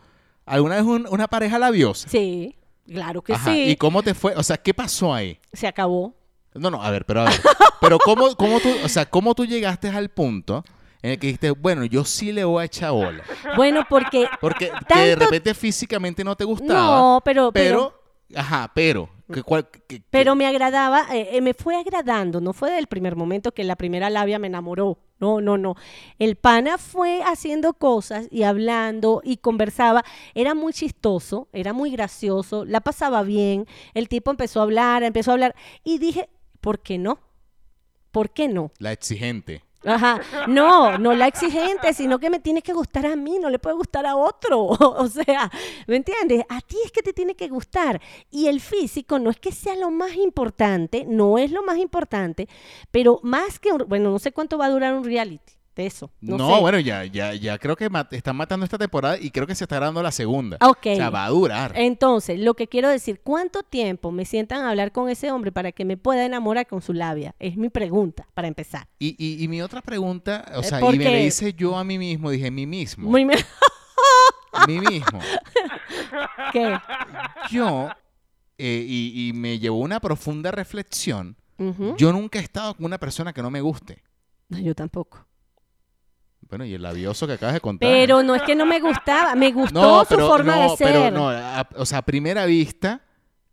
A: alguna vez un- una pareja labiosa.
B: Sí, claro que
A: Ajá, ¿Y
B: sí.
A: cómo te fue? O sea, ¿qué pasó ahí?
B: Se acabó.
A: No, no, a ver, pero a ver. Pero cómo, cómo tú, o sea, cómo tú llegaste al punto en el que dijiste, bueno, yo sí le voy a echar bola.
B: Bueno, porque.
A: Porque que de
B: Tanto-
A: repente físicamente no te gustaba.
B: No, pero-
A: Pero, ajá, pero. ¿Qué- cuál- qué-
B: Pero me agradaba, eh, eh, me fue agradando, no fue del primer momento que la primera labia me enamoró. No, no, no. El pana fue haciendo cosas y hablando y conversaba. Era muy chistoso, era muy gracioso, la pasaba bien. El tipo empezó a hablar, empezó a hablar. Y dije, ¿por qué no? ¿Por qué no?
A: La exigente.
B: Ajá. No, no la exigente, sino que me tiene que gustar a mí, no le puede gustar a otro. O sea, ¿me entiendes? A ti es que te tiene que gustar. Y el físico no es que sea lo más importante, no es lo más importante, pero más que, un- bueno, no sé cuánto va a durar un reality de eso.
A: No,
B: No, sé.
A: bueno, ya, ya, ya creo que mat- están matando esta temporada y creo que se está dando la segunda.
B: Ah, Ok. Eh.
A: O sea, va a durar.
B: Entonces, lo que quiero decir, ¿cuánto tiempo me sientan a hablar con ese hombre para que me pueda enamorar con su labia? Es mi pregunta, para empezar.
A: Y, y- y mi otra pregunta, o
B: Eh,
A: sea,
B: ¿por
A: y me la
B: qué?
A: hice yo a mí mismo, dije, mí mismo.
B: Muy me-
A: Mí mismo.
B: ¿Qué?
A: Yo, eh, y, y me llevó una profunda reflexión,
B: Ujú.
A: yo nunca he estado con una persona que no me guste.
B: No, yo tampoco.
A: Bueno, y el labioso que acabas de contar.
B: Pero no es que no me gustaba, me gustó
A: no,
B: su
A: pero,
B: forma
A: no,
B: de ser.
A: pero no, a- o sea, a primera vista,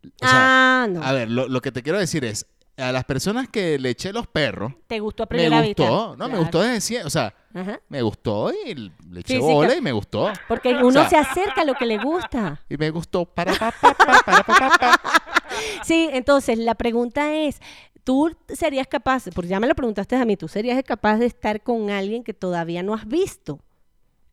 A: o sea,
B: ah, no.
A: a ver, lo, lo que te quiero decir es, a las personas que le eché los perros,
B: Te gustó a
A: me
B: primera vista.
A: gustó, no, me
B: Claro.
A: gustó desde siempre, o sea,
B: Ajá.
A: me gustó y le eché
B: Física.
A: bola y me gustó.
B: Porque uno
A: sea-
B: se acerca a lo que le gusta.
A: Y me gustó para pa, pa, pa, para pa, pa, pa.
B: Sí, entonces la pregunta es, ¿tú serías capaz, porque ya me lo preguntaste a mí, ¿tú serías capaz de estar con alguien que todavía no has visto?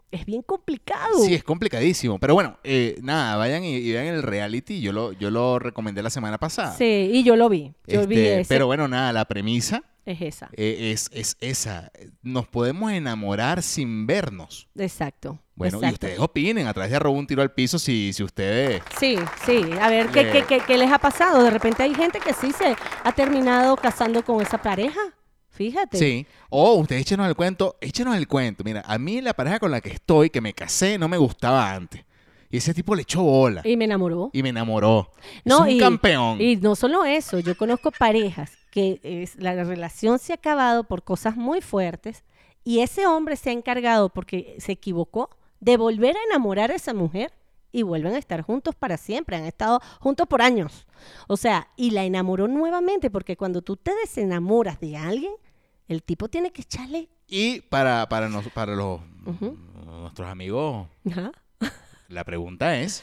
B: Es bien complicado.
A: Sí, es complicadísimo. Pero bueno, eh, nada, vayan y, y vean el reality. Yo lo, yo lo recomendé la semana pasada.
B: Sí, y yo lo vi. Yo vi
A: Este,
B: ese.
A: Pero bueno, nada, la premisa
B: Es esa.
A: eh, es, es esa. Nos podemos enamorar sin vernos.
B: Exacto.
A: Bueno, y
B: exacto.
A: ustedes opinen a través de arroba un tiro al piso si, si ustedes...
B: Sí, sí. A ver, ¿qué,
A: Le-
B: qué, qué- qué les ha pasado? De repente hay gente que sí se ha terminado casando con esa pareja. Fíjate.
A: Sí. O ustedes échenos el cuento, échenos el cuento. Mira, a mí la pareja con la que estoy, que me casé, no me gustaba antes. Y ese tipo le echó bola. Y,
B: Y me enamoró.
A: me enamoró.
B: No,
A: es un
B: y-
A: campeón.
B: Y no solo eso, yo conozco parejas que es- la relación se ha acabado por cosas muy fuertes y ese hombre se ha encargado, porque se equivocó, de volver a enamorar a esa mujer y vuelven a estar juntos para siempre. Han estado juntos por años. O sea, y la enamoró nuevamente, porque cuando tú te desenamoras de alguien, el tipo tiene que echarle.
A: Y para, para, nos- para los,
B: Ujú.
A: nuestros amigos,
B: Ajá.
A: la pregunta es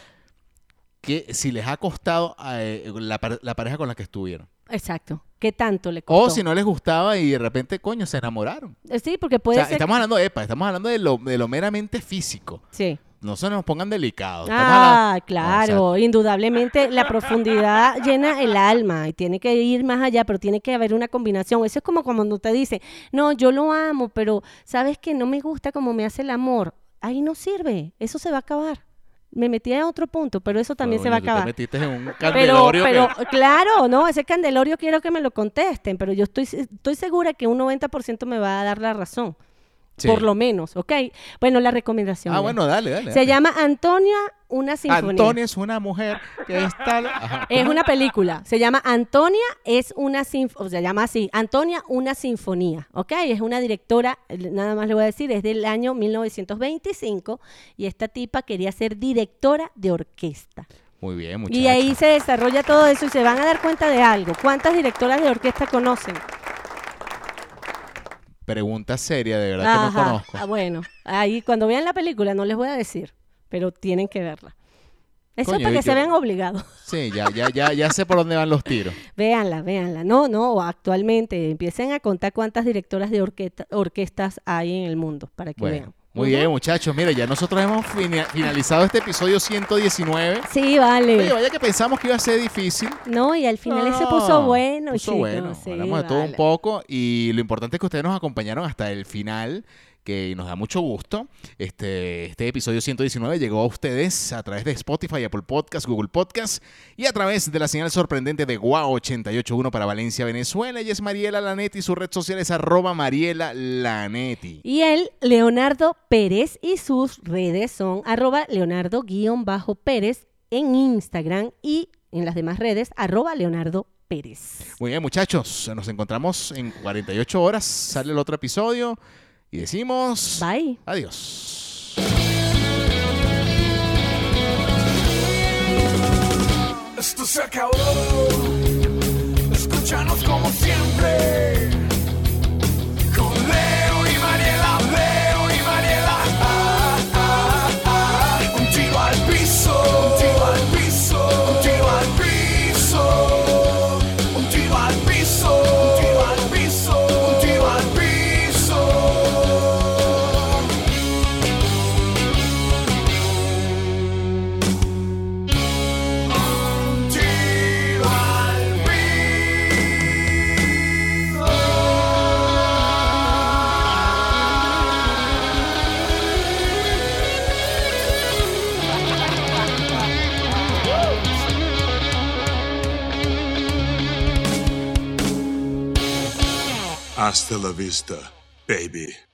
A: que si les ha costado eh, la, par- la pareja con la que estuvieron.
B: Exacto. ¿Qué tanto le costó?
A: O si no les gustaba y de repente, coño, se enamoraron.
B: Eh, Sí, porque
A: O
B: puede
A: sea,
B: ser.
A: estamos hablando, epa, estamos hablando de lo, de lo meramente físico.
B: Sí.
A: No se nos pongan delicados. Estamos
B: Ah,
A: hablando-
B: claro,
A: No, o sea,
B: indudablemente la profundidad llena el alma y tiene que ir más allá, pero tiene que haber una combinación. Eso es como cuando te dicen, no, yo lo amo, pero sabes que no me gusta como me hace el amor. Ahí no sirve, eso se va a acabar. Me metí a otro punto, pero eso también se
A: coño,
B: va a
A: tú te
B: acabar.
A: metiste en un
B: Pero,
A: candelorio
B: pero
A: que- Ah,
B: claro, no, ese candelorio quiero que me lo contesten, pero yo estoy, estoy segura que un 90% me va a dar la razón,
A: Sí.
B: por lo menos, ¿ok? Bueno, la recomendación.
A: Ah,
B: ya.
A: bueno, dale, dale.
B: Se llama Antonia, una sinfonía. Eh,
A: Antonio es una mujer que está... Ajá.
B: Es una película. Se llama Antonia es una sinfonía. Se llama así. Antonia una sinfonía. ¿Ok? Es una directora, eh, nada más le voy a decir, es del año 1925 y esta tipa quería ser directora de orquesta.
A: Muy bien, muchachos.
B: Y ahí se desarrolla todo eso y se van a dar cuenta de algo. ¿Cuántas directoras de orquesta conocen?
A: Pregunta seria, de verdad que no
B: Ajá.
A: conozco.
B: Ah, bueno, ahí cuando vean la película no les voy a decir, pero tienen que verla. Eso
A: Coño,
B: es para
A: yo-
B: que se vean obligados.
A: Sí, ya, ya, ya, ya sé por dónde van los tiros.
B: Véanla, véanla. No, no, actualmente empiecen a contar cuántas directoras de orqueta- orquestas hay en el mundo para que
A: Bueno,
B: vean.
A: muy
B: Ujú.
A: bien, muchachos. Mira, ya nosotros hemos fini- finalizado este episodio 119.
B: Sí,
A: Oye,
B: vale.
A: vaya que pensamos que iba a ser difícil.
B: No, y al final
A: No,
B: se puso bueno,
A: puso
B: chicos.
A: bueno.
B: sí,
A: Hablamos de todo un
B: vale.
A: poco y lo importante es que ustedes nos acompañaron hasta el final que nos da mucho gusto. Este, este episodio 119 llegó a ustedes a través de Spotify, Apple Podcast, Google Podcast y a través de la señal sorprendente de Guau 881 para Valencia, Venezuela. Y es Mariela Lanetti, su red social es arroba Mariela Lanetti.
B: Y él, Leonardo Pérez, y sus redes son arroba leonardo-pérez en Instagram y en las demás redes arroba leonardo pérez.
A: Muy bien, muchachos, nos encontramos en 48 horas. Sale el otro episodio y decimos
B: Bye.
A: adiós.
D: esto se acabó. Escúchanos como siempre. Con Leo y Mariela, Leo y Mariela. Ah, ah, ah. Un tiro al piso, un tiro al piso, un tiro al piso. Un tiro al piso, un tiro al piso, un tiro al piso. Un tiro al
F: Hasta la vista, baby.